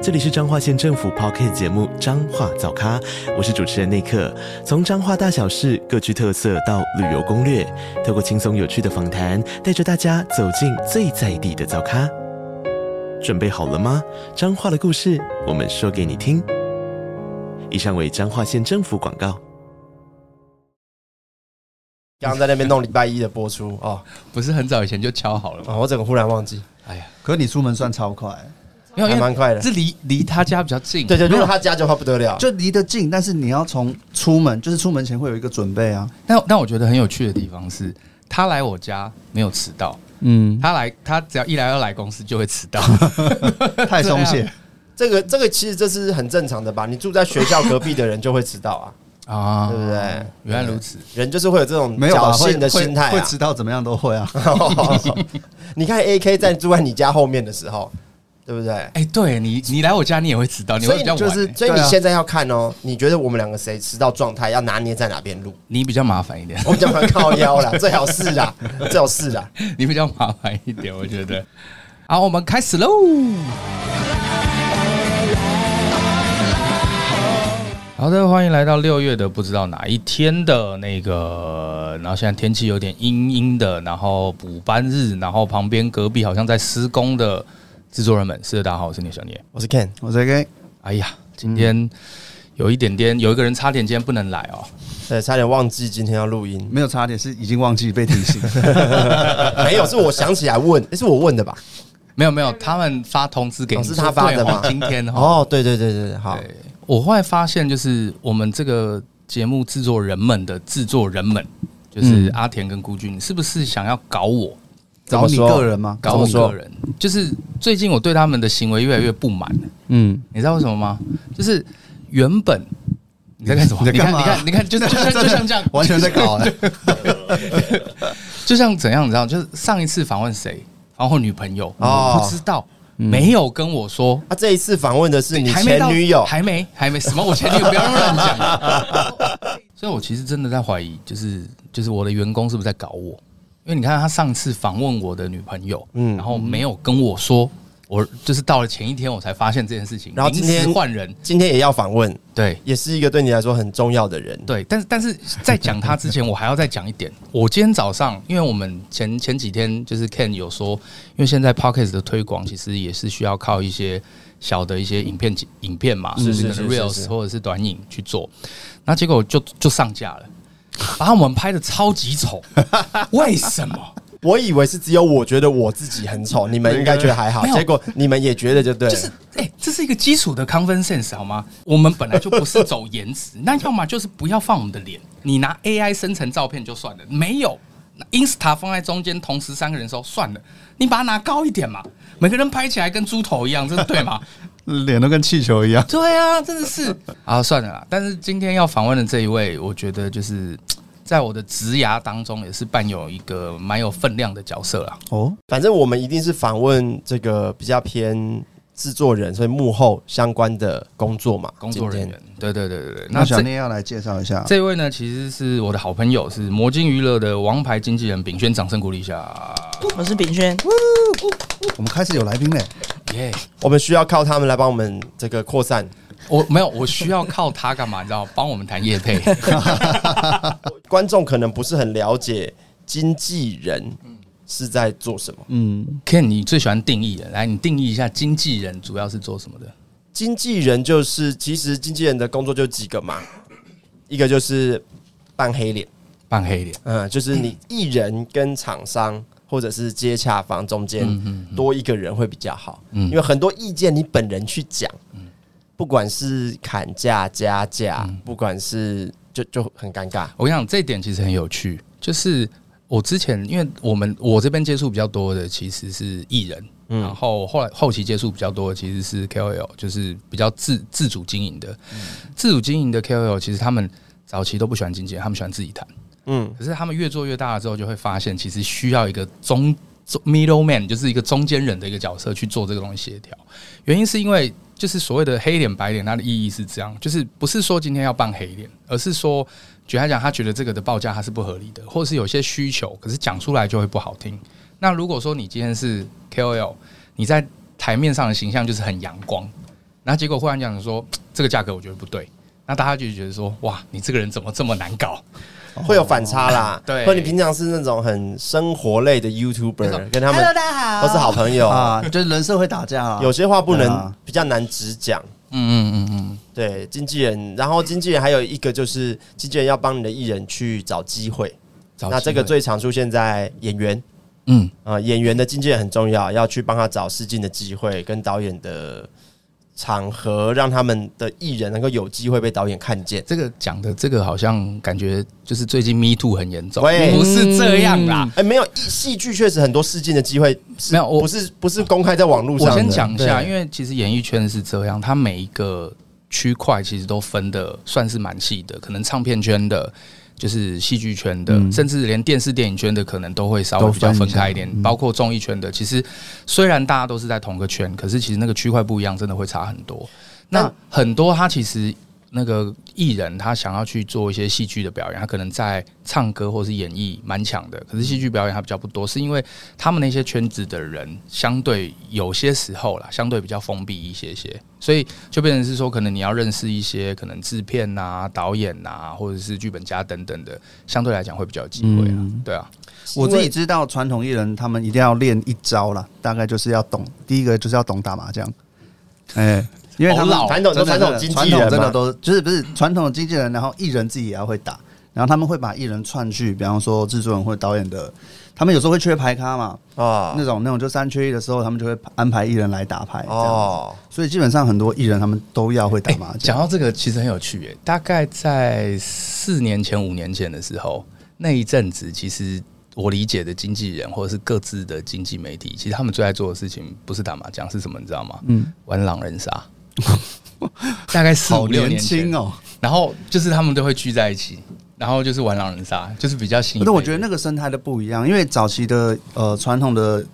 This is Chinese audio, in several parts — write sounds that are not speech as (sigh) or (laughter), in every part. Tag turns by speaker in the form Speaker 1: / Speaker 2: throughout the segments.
Speaker 1: 这里是彰化县政府 p o c k t 节目《彰化早咖》，我是主持人内克。从彰化大小事各具特色到旅游攻略，透过轻松有趣的访谈，带着大家走进最在地的早咖。准备好了吗？彰化的故事，我们说给你听。以上为彰化县政府广告。
Speaker 2: 刚刚在那边弄礼拜一的播出 (laughs) 哦
Speaker 3: 不是很早以前就敲好了吗？
Speaker 2: 哦，我整个忽然忘记，
Speaker 3: 哎呀，
Speaker 4: 可是你出门算超快，
Speaker 3: 没有，
Speaker 2: 还
Speaker 3: 因为
Speaker 2: 蛮快的。
Speaker 3: 这离离他家比较近。
Speaker 2: 对对，
Speaker 3: 没
Speaker 2: 如
Speaker 3: 有
Speaker 2: 果他家就话不得了，
Speaker 4: 就离得近，但是你要从出门，就是出门前会有一个准备啊。
Speaker 3: 但但我觉得很有趣的地方是，他来我家没有迟到，
Speaker 4: 嗯，
Speaker 3: 他来他只要一来二来公司就会迟到。
Speaker 4: 太
Speaker 2: (laughs)
Speaker 4: 松
Speaker 2: 啊
Speaker 4: 懈，
Speaker 2: 这个这个其实这是很正常的吧？你住在学校隔壁的人就会迟到啊，
Speaker 3: (laughs) 啊
Speaker 2: 对不对？
Speaker 3: 原来如此，
Speaker 2: 人就是会有这种
Speaker 4: 没有吧？
Speaker 2: 侥
Speaker 4: 会
Speaker 2: 幸的
Speaker 4: 会
Speaker 2: 心态
Speaker 4: 会
Speaker 2: 啊。
Speaker 4: 迟到怎么样都会啊。
Speaker 2: (laughs) 你看 A K 在住在你家后面的时候，对不对？
Speaker 3: 哎、对你你来我家你也会迟到，你
Speaker 2: 所
Speaker 3: 会
Speaker 2: 以
Speaker 3: 比较晚、
Speaker 4: 就是
Speaker 3: 哎
Speaker 2: 所以你
Speaker 4: 对啊
Speaker 2: 现在要看哦，你觉得我们两个谁迟到状态要拿捏在哪边录？ (laughs)
Speaker 3: 你比较麻烦一点，
Speaker 2: 我们讲很靠腰啦，最好是啦，最好是啦。
Speaker 3: 你比较麻烦一点，我觉得。好，我们开始喽。好的，欢迎来到六月的不知道哪一天的那个，然后现在天气有点阴阴的，然后补班日，然后旁边隔壁好像在施工的制作人们，是的，大家好，我是聂小聂。
Speaker 2: 我是 Ken，
Speaker 4: 我在跟
Speaker 3: 哎呀，今
Speaker 2: 嗯
Speaker 3: 天有一点点，有一个人差点今天不能来哦，
Speaker 2: 对，差点忘记今天要录音，
Speaker 4: 没有差点是已经忘记被提醒，
Speaker 2: (laughs) 没有，是我想起来问，诶是我问的吧？
Speaker 3: 没有没有，他们发通知给你
Speaker 2: 哦
Speaker 3: 说，
Speaker 2: 是他发的
Speaker 3: 对哦
Speaker 2: 吗
Speaker 3: 今天哦，
Speaker 2: 哦，对对对对，对好，
Speaker 3: 对，我后来发现，就是我们这个节目制作人们的制作人们，就是阿田跟孤军，是不是想要搞我，
Speaker 2: 嗯怎
Speaker 4: 找
Speaker 2: 么
Speaker 4: 你
Speaker 2: 说
Speaker 4: 个人吗？
Speaker 3: 搞
Speaker 2: 怎
Speaker 3: 我
Speaker 2: 么说
Speaker 3: 个人？就是最近我对他们的行为越来越不满了，
Speaker 4: (laughs) 嗯，
Speaker 3: 你知道为什么吗？就是原本。你在干什么？
Speaker 4: 你在
Speaker 3: 你看，
Speaker 4: 干嘛
Speaker 3: 你看，你看，就就像
Speaker 2: (laughs)
Speaker 3: 就像这样，
Speaker 4: 完全在搞欸
Speaker 3: 就像怎样，你知道？就是上一次访问谁，访问女朋友，
Speaker 2: 哦嗯
Speaker 3: 我不知道，没有跟我说，
Speaker 2: 啊，这一次访问的是你
Speaker 3: 还没
Speaker 2: 前
Speaker 3: 到
Speaker 2: 女友，
Speaker 3: 还没还没什么？我前女友不要乱讲。啊 (laughs) 所以，我其实真的在怀疑，就是就是我的员工是不是在搞我？因为你看他上次访问我的女朋友，
Speaker 2: 嗯
Speaker 3: 然后没有跟我说，我就是到了前一天我才发现这件事情，
Speaker 2: 然后
Speaker 3: 临
Speaker 2: 今天
Speaker 3: 时换人，
Speaker 2: 今天也要访问，
Speaker 3: 对
Speaker 2: 也是一个对你来说很重要的人。
Speaker 3: 对。但是但是在讲他之前，我还要再讲一点。我今天早上，因为我们前前几天就是 Ken 有说，因为现在 Pockets 的推广其实也是需要靠一些小的一些影片影片嘛，
Speaker 2: 是嗯是
Speaker 3: 可能
Speaker 2: 是是
Speaker 3: Reels
Speaker 2: 是
Speaker 3: 或者是短影去做，那结果就就上架了，把我们拍的超
Speaker 2: (laughs)
Speaker 3: 级丑，为什么？
Speaker 2: 我以为是只有我觉得我自己很
Speaker 3: (laughs)
Speaker 2: 丑，你们应该觉得还好
Speaker 3: 没，有
Speaker 2: 结果你们也觉得就对了。
Speaker 3: 就是哎、这是一个基础的 common sense 好吗？我们本来就不是走颜值，那要么就是不要放我们的脸，你拿 AI 生成照片就算了，没有那 Insta 放在中间，同时三个人的时候算了，你把它拿高一点嘛，每个人拍起来跟猪头一样，这是
Speaker 2: (laughs)
Speaker 3: 对吗？
Speaker 4: 脸都跟气球一样。
Speaker 3: 对啊，真的是啊，算了啦。但是今天要访问的这一位，我觉得就是。在我的职涯当中，也是扮有一个蛮有分量的角色啦。
Speaker 4: 哦，
Speaker 2: 反正我们一定是访问这个比较偏制作人，所以幕后相关的工作嘛，
Speaker 3: 工作人
Speaker 2: 今天
Speaker 3: 员。对对对对对。
Speaker 4: 那小
Speaker 3: 这
Speaker 4: 聂要来介绍一下，
Speaker 3: 这位呢，其实是我的好朋友，是魔晶娱乐的王牌经纪人炳轩，掌声鼓励一下。
Speaker 5: 我是炳轩，
Speaker 4: 我们开始有来宾嘞，
Speaker 3: 耶、
Speaker 2: 我们需要靠他们来帮我们这个扩散。
Speaker 3: 我没有，我需要靠他干嘛？你知道，帮我们谈业配。
Speaker 2: 观众可能不是很了解经纪人
Speaker 3: 嗯
Speaker 2: 是在做什么。
Speaker 4: 嗯，
Speaker 3: Ken，你最喜欢定义的，来，你定义一下经纪人主要是做什么的？
Speaker 2: 经纪人就是，其实经纪人的工作就几个嘛，一个就是扮黑脸，
Speaker 3: 扮黑脸。
Speaker 2: 嗯，就是你艺人跟厂商或者是接洽方中间多一个人会比较好，
Speaker 3: 嗯
Speaker 2: 因为很多意见你本人去讲，不管是砍价加价，
Speaker 3: 嗯
Speaker 2: 不管是就就很尴尬，
Speaker 3: 我跟你讲，这一点其实很有趣，就是我之前因为我们我这边接触比较多的其实是艺人，然后后来后期接触比较多的其实是 KOL，就是比较自自主经营的，自主经营的 KOL，其实他们早期都不喜欢经纪人，他们喜欢自己谈。
Speaker 2: 嗯，
Speaker 3: 可是他们越做越大了之后，就会发现其实需要一个中中 middle man，就是一个中间人的一个角色去做这个东西协调。原因是因为就是所谓的黑脸白脸，它的意义是这样，就是不是说今天要扮黑脸，而是说举他讲，他觉得这个的报价它是不合理的，或者是有些需求，可是讲出来就会不好听。那如果说你今天是 KOL，你在台面上的形象就是很阳光，然后结果忽然讲说这个价格我觉得不对，那大家就觉得说哇，你这个人怎么这么难搞？
Speaker 2: 会有反差啦。
Speaker 3: 哦对
Speaker 2: 或者你平常是那种很生活类的 YouTuber，跟他们
Speaker 4: 家
Speaker 2: 都是好朋友，
Speaker 4: 啊，就是人设会打架啊。
Speaker 2: 有些话不
Speaker 4: 对
Speaker 2: 能
Speaker 4: 啊
Speaker 2: 比较难直讲。
Speaker 3: 嗯嗯嗯嗯，
Speaker 2: 对经纪人，然后经纪人还有一个就是经纪人要帮你的艺人去找机会，
Speaker 3: 找
Speaker 2: 那这个
Speaker 3: 机会
Speaker 2: 最常出现在演员
Speaker 3: 嗯
Speaker 2: 啊、呃演员的经纪人很重要，要去帮他找试镜的机会跟导演的场合，让他们的艺人能够有机会被导演看见。
Speaker 3: 这个讲的这个好像感觉就是最近 Me Too 很严重，
Speaker 2: 喂
Speaker 3: 不是这样啦。
Speaker 2: 哎、没有一戏剧确实很多试镜的机会是，
Speaker 3: 没有我
Speaker 2: 不是不是公开在网络上
Speaker 3: 我
Speaker 2: 的。
Speaker 3: 先讲一下，
Speaker 2: 对
Speaker 3: 因为其实演艺圈是这样，它每一个区块其实都分的算是蛮细的，可能唱片圈的。就是戏剧圈的，
Speaker 2: 嗯
Speaker 3: 甚至连电视电影圈的，可能都会稍微比较分开一
Speaker 2: 嗯
Speaker 3: 点，包括综艺圈的。其实虽然大家都是在同个圈，可是其实那个区块不一样，真的会差很多。那
Speaker 2: 但
Speaker 3: 很多他其实那个艺人他想要去做一些戏剧的表演，他可能在唱歌或是演绎蛮强的，可是戏剧表演他比较不多，是因为他们那些圈子的人相对有些时候啦，相对比较封闭一些些，所以就变成是说，可能你要认识一些可能制片呐、导演呐、或者是剧本家等等的，相对来讲会比较有机会啊，
Speaker 4: 嗯
Speaker 3: 对啊，
Speaker 4: 我自己知道，传统艺人他们一定要练一招啦，大概就是要懂，第一个就是要懂打麻将，哎、因为他们
Speaker 3: 好老
Speaker 2: 传统
Speaker 4: 真的
Speaker 2: 传统经纪
Speaker 4: 传
Speaker 2: 人嘛
Speaker 4: 统真的都就是不是传统的经纪人，然后艺人自己也要会打，然后他们会把艺人串去，比方说制作人或导演的，他们有时候会缺牌咖嘛，
Speaker 2: 啊
Speaker 4: 那种那种就三缺一的时候，他们就会安排艺人来打牌哦，
Speaker 2: 哦，
Speaker 4: 所以基本上很多艺人他们都要会打麻
Speaker 3: 哎讲
Speaker 4: 将，
Speaker 3: 到这个其实很有趣耶、大概在四年前、五年前的时候，那一阵子，其实我理解的经纪人或者是各自的经纪媒体，其实他们最爱做的事情不是打麻将，是什么？你知道吗？
Speaker 4: 嗯，
Speaker 3: 玩狼人
Speaker 4: (laughs)
Speaker 3: 杀。大概四五
Speaker 4: 好
Speaker 3: 六
Speaker 4: 年
Speaker 3: 年前
Speaker 4: 轻，哦。
Speaker 3: 然后就是他们都会聚在一起，然后就是玩狼人杀，就是比较新一辈的。
Speaker 4: 但我觉得那个生态都不一样，因为早期的呃传统的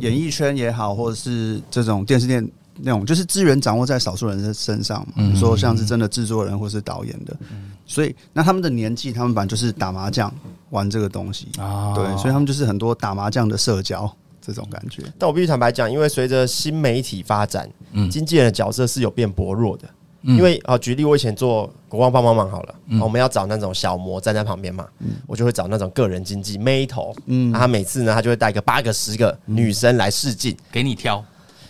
Speaker 4: 演艺圈也好，或者是这种电视店那种，就是资源掌握在少数人的身上嘛，
Speaker 3: 嗯
Speaker 4: 比如说像是真的制作人或是导演的，所以那他们的年纪，他们本来就是打麻将玩这个东西，
Speaker 3: 啊
Speaker 4: 对，所以他们就是很多打麻将的社交这种感
Speaker 3: (laughs)
Speaker 4: 觉。
Speaker 2: 但我必须坦白讲，因为随着新媒体发展，
Speaker 3: 嗯
Speaker 2: 经纪人的角色是有变薄弱的。
Speaker 3: 嗯
Speaker 2: 因为啊，举例我以前做国光帮帮忙好了，啊我们要找那种小模站在旁边嘛，
Speaker 3: 嗯
Speaker 2: 我就会找那种个人经纪妹头，嗯，他每次呢，他就会带个八个十个
Speaker 3: 嗯
Speaker 2: 女生来试镜，
Speaker 3: 给你挑，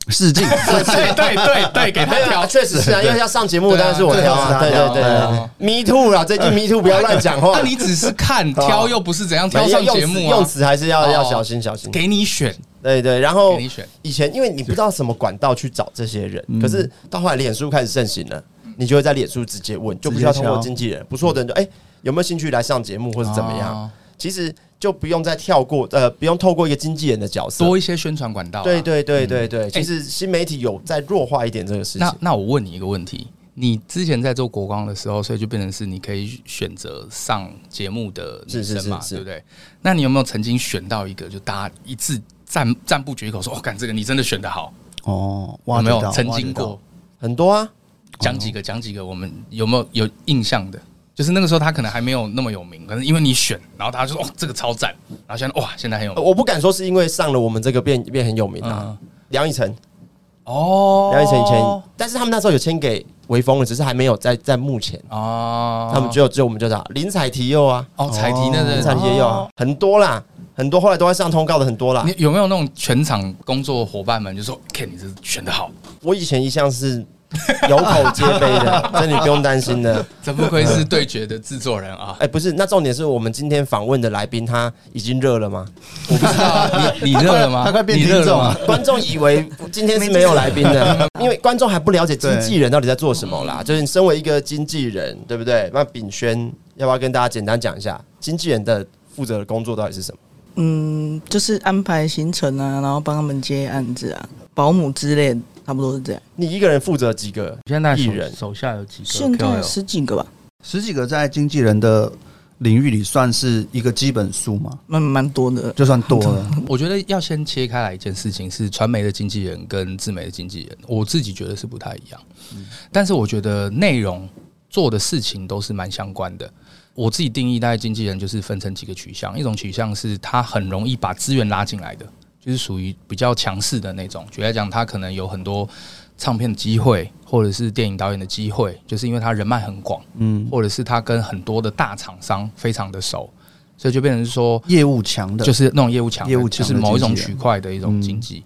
Speaker 4: 试镜，
Speaker 3: 对对对对，给他
Speaker 2: 没有
Speaker 3: 挑
Speaker 2: (laughs) 啊，。确实是啊，因为要上节目，
Speaker 3: 对啊
Speaker 2: 当然是我挑啊，对
Speaker 4: 对啊
Speaker 2: 对对
Speaker 3: 对
Speaker 2: 对
Speaker 3: 啊
Speaker 2: ，me too 啦，最近 me too 不要乱讲话
Speaker 3: (laughs) 那，你只是看挑，又不是怎样挑上节目
Speaker 2: 用
Speaker 3: 啊？
Speaker 2: 词还是要
Speaker 3: 哦
Speaker 2: 要小心小心，
Speaker 3: 给你选，
Speaker 2: 对对，然后
Speaker 3: 给你选嗯
Speaker 2: 以前因为你不知道什么管道去找这些人，可是到后来脸书开始盛行了，你就会在脸书直接问，就不需要通过
Speaker 4: 敲
Speaker 2: 经纪人，不错的人就哎、有没有兴趣来上节目或者怎么样，
Speaker 3: 嗯哦
Speaker 2: 其实就不用再跳过呃不用透过一个经纪人的角色。
Speaker 3: 多一些宣传管道啊。
Speaker 2: 对对对对对，其实新媒体有在弱化一点这个事
Speaker 3: 那
Speaker 2: 情。
Speaker 3: 那我问你一个问题，你之前在做国光的时候，所以就变成是你可以选择上节目的女生嘛，
Speaker 2: 是是是是
Speaker 3: 对不对？那你有没有曾经选到一个就大家一致赞赞不绝口说，哦，干这个你真的选得好，
Speaker 4: 哦，
Speaker 3: 有
Speaker 4: 挖
Speaker 3: 没
Speaker 4: 得
Speaker 3: 有
Speaker 4: 到
Speaker 3: 曾经？过？
Speaker 2: 很多啊，
Speaker 3: 讲几个，讲几个，我们有没有有印象的？就是那个时候他可能还没有那么有名，可能因为你选，然后他就说哦这个超赞，然后现在哇现在很有
Speaker 2: 呃
Speaker 3: 名
Speaker 2: 我不敢说是因为上了我们这个变变很有名啊。梁以晨，
Speaker 3: 嗯哦
Speaker 2: 梁以晨以前，但是他们那时候有签给微风了，只是还没有在在幕前，
Speaker 3: 哦，
Speaker 2: 他们只有只有我们就打林采缇又啊，
Speaker 3: 哦彩题那
Speaker 2: 生
Speaker 3: 个
Speaker 2: 产也有啊，很多啦，很多后来都在上通告的很多啦
Speaker 3: 你。有没有那种全场工作伙伴们就说：“Ken，你这选的好，
Speaker 2: 我以前一向是有口皆碑的，这你不用担心的。
Speaker 3: 真不愧是对决的制作人啊
Speaker 2: (laughs) 哎，不是，那重点是我们今天访问的来宾他已经热了吗？！”
Speaker 3: 你热了吗？
Speaker 4: 他快变
Speaker 3: 你
Speaker 4: 听
Speaker 3: 热了
Speaker 4: 众
Speaker 3: 吗
Speaker 4: (laughs) 了？
Speaker 2: 观众以为今天是没有来宾的，因为观众还不了解经纪人到底在做什么啦。就是你身为一个经纪人，对不对？那炳轩要不要跟大家简单讲一下经纪人的负责的工作到底是什么？
Speaker 5: 嗯，就是安排行程啊，然后帮他们接案子啊，保姆之类的，差不多是这样。
Speaker 2: 你一个人负责几个
Speaker 3: 现在
Speaker 2: 艺
Speaker 3: 手
Speaker 2: 人
Speaker 3: 手下有几个？
Speaker 5: 现在十几个吧，
Speaker 4: 十几个在经纪人的领域里算是一个基本数嘛，
Speaker 5: 蛮蛮多的。
Speaker 4: 就算多了。
Speaker 3: (laughs) 我觉得要先切开来一件事情，是传媒的经纪人跟自媒的经纪人，我自己觉得是不太一样。但是我觉得内容做的事情都是蛮相关的。我自己定义，大概经纪人就是分成几个取向，一种取向是他很容易把资源拉进来的，就是属于比较强势的那种。举例来讲，他可能有很多唱片的机会，或者是电影导演的机会，就是因为他人脉很广，嗯，或者是他跟很多的大厂商非常的熟，所以就变成是说
Speaker 4: 业务强的，
Speaker 3: 就是那种业务强的，
Speaker 4: 业务
Speaker 3: 就
Speaker 4: 强的
Speaker 3: 是某一种
Speaker 4: 经纪人嗯
Speaker 3: 区块的一种经济。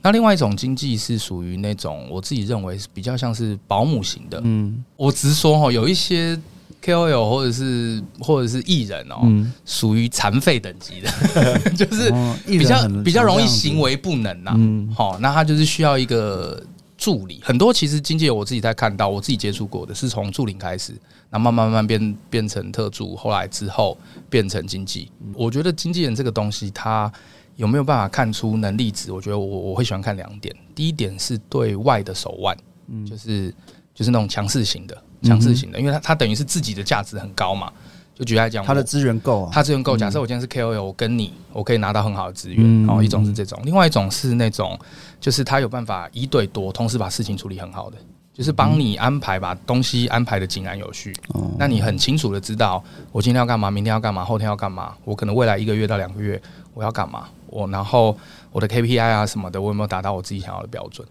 Speaker 3: 那另外一种经济是属于那种我自己认为是比较像是保姆型的。
Speaker 4: 嗯
Speaker 3: 我直说哈，有一些 KOL 或者是或者是艺人哦、
Speaker 4: 嗯，
Speaker 3: 属于残废等级的， (laughs) 就是
Speaker 4: 哦艺
Speaker 3: 比
Speaker 4: 人
Speaker 3: 较
Speaker 4: 很
Speaker 3: 比较容易
Speaker 4: 常这样子
Speaker 3: 行为不能呐、
Speaker 4: 嗯
Speaker 3: 好、那他就是需要一个助理。很多其实经纪人我自己在看到，我自己接触过的是从助理开始，那慢慢慢慢变变成特助，后来之后变成经纪。
Speaker 4: 嗯
Speaker 3: 我觉得经纪人这个东西，他有没有办法看出能力值？我觉得我我会喜欢看两点，第一点是对外的手腕，
Speaker 4: 嗯
Speaker 3: 就是就是那种强势型的。强势型的，因为他他等于是自己的价值很高嘛。就举例来讲，
Speaker 4: 他的
Speaker 3: 我
Speaker 4: 资源够啊，
Speaker 3: 他资源够。假设我今天是 KOL，我跟你，我可以拿到很好的资源。
Speaker 4: 嗯
Speaker 3: 然后一种是这种，另外一种是那种，就是他有办法一对多，同时把事情处理很好的，就是帮你安排把东西安排的井然有序。
Speaker 4: 嗯哦
Speaker 3: 那你很清楚的知道，我今天要干嘛，明天要干嘛，后天要干嘛，我可能未来一个月到两个月我要干嘛，我然后我的 KPI 啊什么的，我有没有达到我自己想要的标准？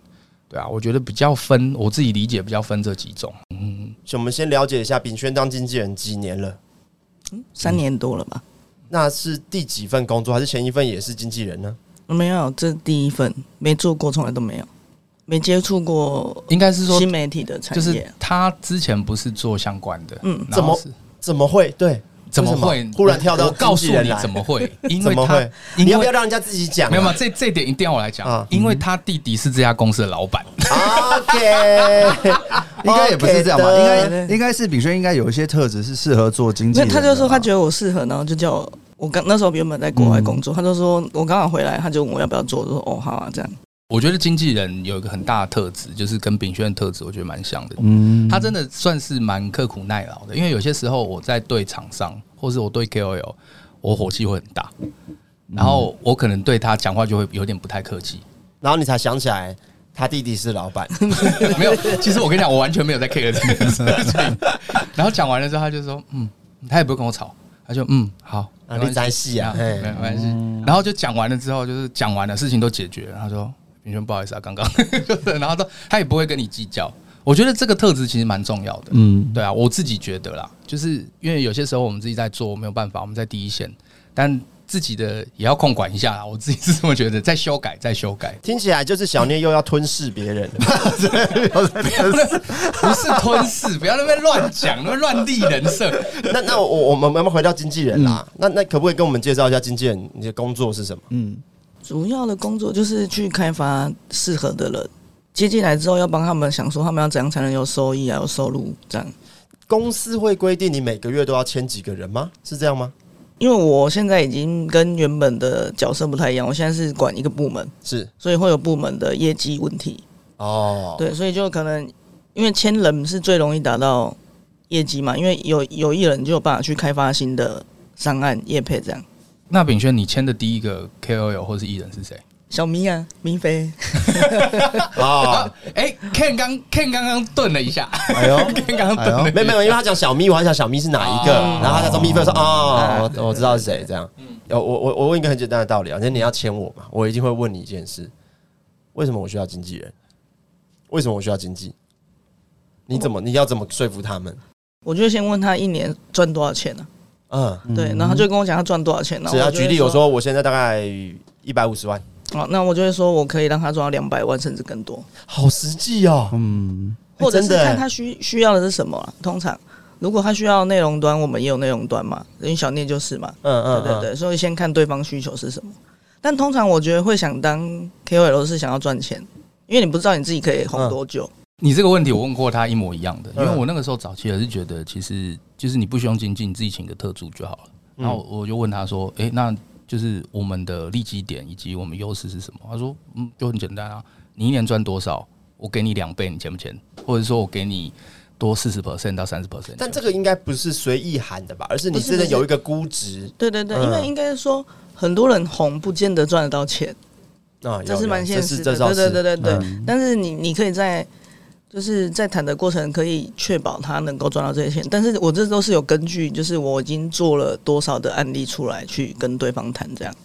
Speaker 3: 对啊，我觉得比较分，我自己理解比较分这几种。
Speaker 2: 我们先了解一下炳轩当经纪人几年了？
Speaker 5: 三年多了吧？
Speaker 2: 那是第几份工作，还是前一份也是经纪人呢？
Speaker 5: 没有，这是第一份没做过，从来都没有，没接触过
Speaker 3: 应该是说
Speaker 5: 新，媒体的产
Speaker 3: 就
Speaker 5: 业。
Speaker 3: 是他之前不是做相关的，
Speaker 5: 嗯
Speaker 3: 然后
Speaker 2: 怎么
Speaker 3: 是
Speaker 2: 怎么会？对，
Speaker 3: 怎么
Speaker 2: 为
Speaker 3: 会
Speaker 2: 什么忽然跳到
Speaker 3: 我告诉
Speaker 2: 经纪人
Speaker 3: 你
Speaker 2: 来
Speaker 3: 怎
Speaker 2: (laughs)
Speaker 3: 么会？因
Speaker 2: 怎
Speaker 3: 为
Speaker 2: 么
Speaker 3: 他
Speaker 2: 会，？
Speaker 3: 因为
Speaker 2: 你要不要让人家自己讲啊？
Speaker 3: 没有没有，这这点一定要我来讲
Speaker 2: 啊，
Speaker 3: 因为他弟弟是这家公司的老板， (laughs)
Speaker 2: OK， (laughs)
Speaker 4: 应该也不是这样
Speaker 5: 哦
Speaker 4: 吧？
Speaker 2: OK
Speaker 4: 应
Speaker 2: 的
Speaker 4: 该应该是炳轩应该有一些特质是适合做经纪
Speaker 3: 啊
Speaker 5: 那
Speaker 4: 人的啊吧，
Speaker 5: 他就说他觉得我适合，然后就叫我。我刚那时候原本在国
Speaker 3: 嗯
Speaker 5: 外工作，他就说我刚好回来，他就问我要不要做，我就说哦好啊这样。
Speaker 3: 我觉得经纪人有一个很大的特质，就是跟炳轩的特质，我觉得蛮像的。
Speaker 4: 嗯
Speaker 3: 他真的算是蛮刻苦耐劳的，因为有些时候我在对厂商，或是我对 KOL，我火气会很大，然后我可能对他讲话就会有点不太客气。 (laughs)
Speaker 2: 然后你才想起来，他弟弟是老板，
Speaker 3: 没有，其实我跟你讲，我完全没有在 care 这件事情。 (laughs) 然后讲完了之后，他就说，嗯，他也不会跟我吵，他就嗯好，
Speaker 2: 啊
Speaker 3: 没关
Speaker 2: 你
Speaker 3: 系
Speaker 2: 在戏啊嘿
Speaker 3: 没关系。然后就讲完了之后，就是讲完了，事情都解决了。他说，明轩不好意思啊，刚 (laughs) 刚就是，然后他他也不会跟你计较。我觉得这个特质其实蛮重要的，
Speaker 4: 嗯
Speaker 3: 对啊，我自己觉得啦，就是因为有些时候我们自己在做，没有办法，我们在第一线，但自己的也要控管一下啦。我自己是这么觉得，再修改，再修
Speaker 2: (laughs)
Speaker 3: 改。
Speaker 2: 听起来就是小聂又要吞噬别人。
Speaker 3: 不是吞噬，不要在那边乱讲，那边乱立人设。
Speaker 2: 那那我我们我们回到经纪人啦，那那可不可以跟我们介绍一下经纪人你的工作是什么？
Speaker 4: 嗯
Speaker 5: 主要的工作就是去开发适合的人，接进来之后要帮他们想说他们要怎样才能有收益啊，有收入这样。
Speaker 2: 公司会规定你每个月都要签几个人吗？是这样吗？
Speaker 5: 因为我现在已经跟原本的角色不太一样，我现在是管一个部门，
Speaker 2: 是
Speaker 5: 所以会有部门的业绩问题。
Speaker 2: 哦， (laughs)
Speaker 5: 对，所以就可能因为签人是最容易达到业绩嘛，因为有有艺人就有办法去开发新的商案业配这样。
Speaker 3: 那炳轩，你签的第一个 KOL 或是艺人是谁？
Speaker 5: 小明啊，明飞，
Speaker 2: 啊，
Speaker 3: 哎、k e n 刚 Ken 刚刚顿了一下
Speaker 4: 哎呦，
Speaker 3: ，Ken 刚刚顿了一
Speaker 2: (laughs)
Speaker 3: 下
Speaker 2: 没有没有，因为他讲小咪，我还想小咪是哪一个，
Speaker 3: 哦
Speaker 2: 然后他讲说咪菲说哦，我我知道是谁这样。有我我我问一个很简单的道理啊，那你要签我嘛，我一定会问你一件事：为什么我需要经纪人？为什么我需要经纪？你怎么你要怎么说服他们？
Speaker 5: 我就先问他一年赚多少钱呢、
Speaker 2: 嗯，
Speaker 5: 啊？对，然后他就跟我讲他赚多少钱呢、
Speaker 2: 只要
Speaker 5: 然后我就会
Speaker 2: 举例，我说我现在大概一百五十万，
Speaker 5: 哦，那我就会说我可以让他赚到两百万甚至更多，
Speaker 2: 好实际哦，
Speaker 4: 嗯，
Speaker 2: 哎
Speaker 5: 或者是
Speaker 2: 真的
Speaker 5: 看
Speaker 2: 欸
Speaker 5: 他需需要的是什么啦。通常如果他需要内容端，我们也有内容端嘛，因为小聂就是嘛，
Speaker 2: 嗯嗯，
Speaker 5: 对对对，所以先看对方需求是什么。但通常我觉得会想当 KOL 是想要赚钱，因为你不知道你自己可以红多久。
Speaker 3: 你这个问题我问过他一模一样的，因
Speaker 2: 嗯
Speaker 3: 为我那个时候早期也是觉得，其实就是你不需要经纪，你自己请个特助就好了。然后我就问他说：“哎、那就是我们的利基点以及我们优势是什么？”他说：“嗯，就很简单啊，你一年赚多少，我给你两倍，你签不签？或者说我给你多四十 percent 到三十 percent。
Speaker 2: 但这个应该不是随意喊的吧，而是你
Speaker 5: 不是
Speaker 2: 真的
Speaker 5: 不是
Speaker 2: 有一个估值
Speaker 5: 对对对，
Speaker 2: 嗯
Speaker 5: 因为应该说很多人红不见得赚得到钱，
Speaker 2: 啊，
Speaker 5: 这
Speaker 2: 有
Speaker 5: 是
Speaker 2: 有
Speaker 5: 蛮现实
Speaker 2: 这
Speaker 5: 的。
Speaker 2: 是这
Speaker 5: 对
Speaker 2: 倒
Speaker 5: 对
Speaker 2: 是
Speaker 5: 对对对。
Speaker 4: 嗯
Speaker 5: 但是你你可以在就是在谈的过程可以确保他能够赚到这些钱，但是我这都是有根据，就是我已经做了多少的案例出来去跟对方谈这样。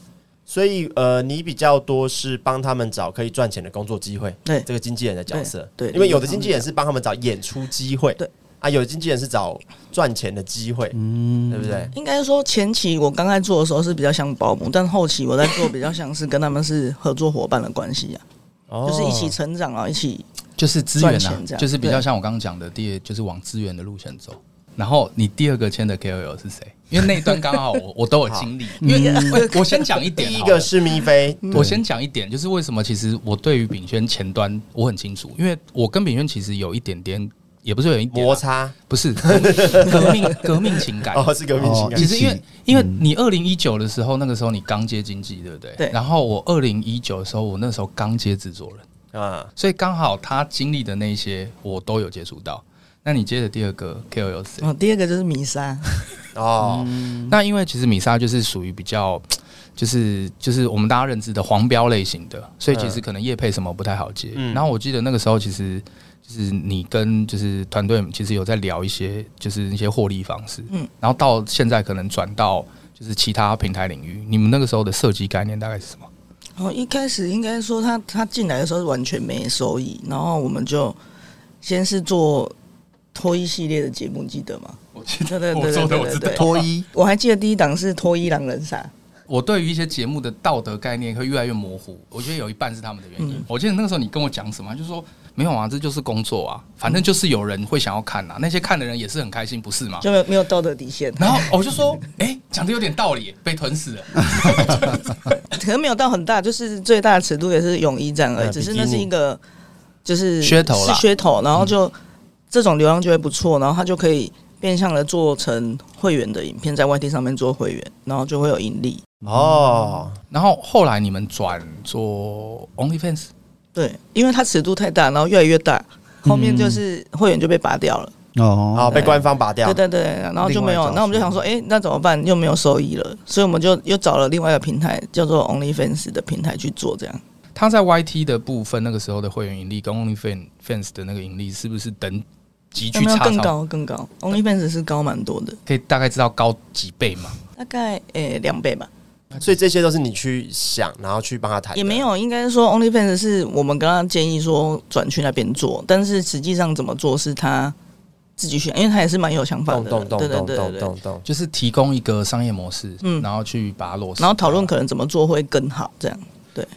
Speaker 2: 所以呃，你比较多是帮他们找可以赚钱的工作机会，
Speaker 5: 对
Speaker 2: 这个经纪人的角色，
Speaker 5: 对对
Speaker 2: 因为有的经纪人是帮他们找演出机会，
Speaker 5: 对
Speaker 2: 啊，有的经纪人是找赚钱的机会，嗯，对不对？
Speaker 5: 应该说前期我刚开始做的时候是比较像保姆，但后期我在做比较像是跟他们是合作伙伴的关系啊，
Speaker 2: 哦
Speaker 5: 就是一起成长啊，一起
Speaker 3: 就是资源
Speaker 5: 赚
Speaker 3: 啊
Speaker 5: 钱这，样
Speaker 3: 就是比较
Speaker 5: 对
Speaker 3: 像我刚刚讲的，第一就是往资源的路线走。然后你第二个签的 KOL 是谁？因为那一段刚好我我都有
Speaker 2: (laughs)
Speaker 3: 经历，因为我我先讲一点
Speaker 2: 第
Speaker 3: 好
Speaker 2: 一
Speaker 3: 了，
Speaker 2: 个是咪飞，
Speaker 3: 我先讲一点，就是为什么其实我对于炳轩前端我很清楚，因为我跟炳轩其实有一点点，也不是有一点啊
Speaker 2: 摩，擦，
Speaker 3: 不是革命革命革命情感。
Speaker 2: 哦，是革命情
Speaker 4: 哦
Speaker 2: 感
Speaker 3: 其实因
Speaker 4: 一
Speaker 3: 为
Speaker 4: 起
Speaker 3: 因为你二零一九的时候，那个时候你刚接经纪，对不对？
Speaker 5: 对
Speaker 3: 然后我二零一九的时候，我那时候刚接制作人。
Speaker 2: 啊，
Speaker 3: 所以刚好他经历的那些我都有接触到。那你接的第二个 KOL 是谁？
Speaker 5: 哦，第二个就是米莎，
Speaker 2: 哦，
Speaker 3: 那因为其实米莎就是属于比较，就是就是我们大家认知的黄标类型的，所以其实可能业配什么不太好接。
Speaker 2: 嗯
Speaker 3: 然后我记得那个时候其实就是你跟就是团队其实有在聊一些就是一些获利方式，嗯
Speaker 5: 嗯，
Speaker 3: 然后到现在可能转到就是其他平台领域，你们那个时候的设计概念大概是什么？
Speaker 5: 哦，一开始应该说他他进来的时候是完全没收益，然后我们就先是做脱衣系列的节目，记得吗？
Speaker 3: 我啊记
Speaker 5: 对对对对对对对。
Speaker 4: 脱衣
Speaker 5: 我还记得第一档是脱衣狼人杀，
Speaker 3: 我对于一些节目的道德概念会越来越模糊，我觉得有一半是他们的原因。
Speaker 5: 嗯
Speaker 3: 我记得那个时候你跟我讲什么，就说没有啊，这就是工作啊，反正就是有人会想要看啊，那些看的人也是很开心，不是吗？
Speaker 5: 就没有没有道德底线，
Speaker 3: 然后我就说，哎、讲的有点道理，被吞噬了。
Speaker 5: 可能没有到很大，就是最大的尺度也是泳衣这样而已，
Speaker 2: 嗯
Speaker 5: 只
Speaker 2: 比
Speaker 5: 是
Speaker 2: 基
Speaker 5: 那是
Speaker 2: 尼
Speaker 5: 一个就是
Speaker 3: 噱头
Speaker 5: 是
Speaker 3: 啦
Speaker 5: 噱头，然后就、这种流量就会不错，然后他就可以变相的做成会员的影片，在外地上面做会员，然后就会有盈利。
Speaker 2: 哦，
Speaker 3: 然后后来你们转做 OnlyFans，
Speaker 5: 对，因为它尺度太大，然后越来越大，后面
Speaker 4: 嗯
Speaker 5: 就是会员就被拔掉了。
Speaker 2: 哦，
Speaker 4: 哦，
Speaker 2: 被官方拔掉
Speaker 5: 对，对对，然后就没
Speaker 4: 另外
Speaker 5: 有
Speaker 4: 找，
Speaker 5: 那我们就想说，哎、那怎么办？又没有收益了，所以我们就又找了另外一个平台，叫做 OnlyFans 的平台去做这样。
Speaker 3: 他在 YT 的部分，那个时候的会员盈利跟 OnlyFans 的那个盈利是不是等急
Speaker 5: 有
Speaker 3: 剧
Speaker 5: 没有
Speaker 3: 差
Speaker 5: 更
Speaker 3: 超？
Speaker 5: 高更高？OnlyFans 是高蛮多的，
Speaker 3: 可以大概知道高几倍嘛？
Speaker 5: 大概诶两、倍吧，
Speaker 2: 所以这些都是你去想，然后去帮他
Speaker 4: 哎
Speaker 2: 谈的，
Speaker 5: 也没
Speaker 4: 啊
Speaker 5: 有，应该说 OnlyFans 是我们刚刚建议说转去那边做，但是实际上怎么做是他自己选，因为他也是蛮有想法
Speaker 2: 动
Speaker 5: 的，
Speaker 2: 动动
Speaker 5: 对对
Speaker 2: 动
Speaker 5: 对
Speaker 2: 动
Speaker 5: 对对。
Speaker 2: 动动，
Speaker 3: 就是提供一个商业模式，
Speaker 5: 嗯
Speaker 3: 然后去把它落实，
Speaker 5: 然后讨
Speaker 4: 啊
Speaker 5: 论可能怎么做会更好，这样。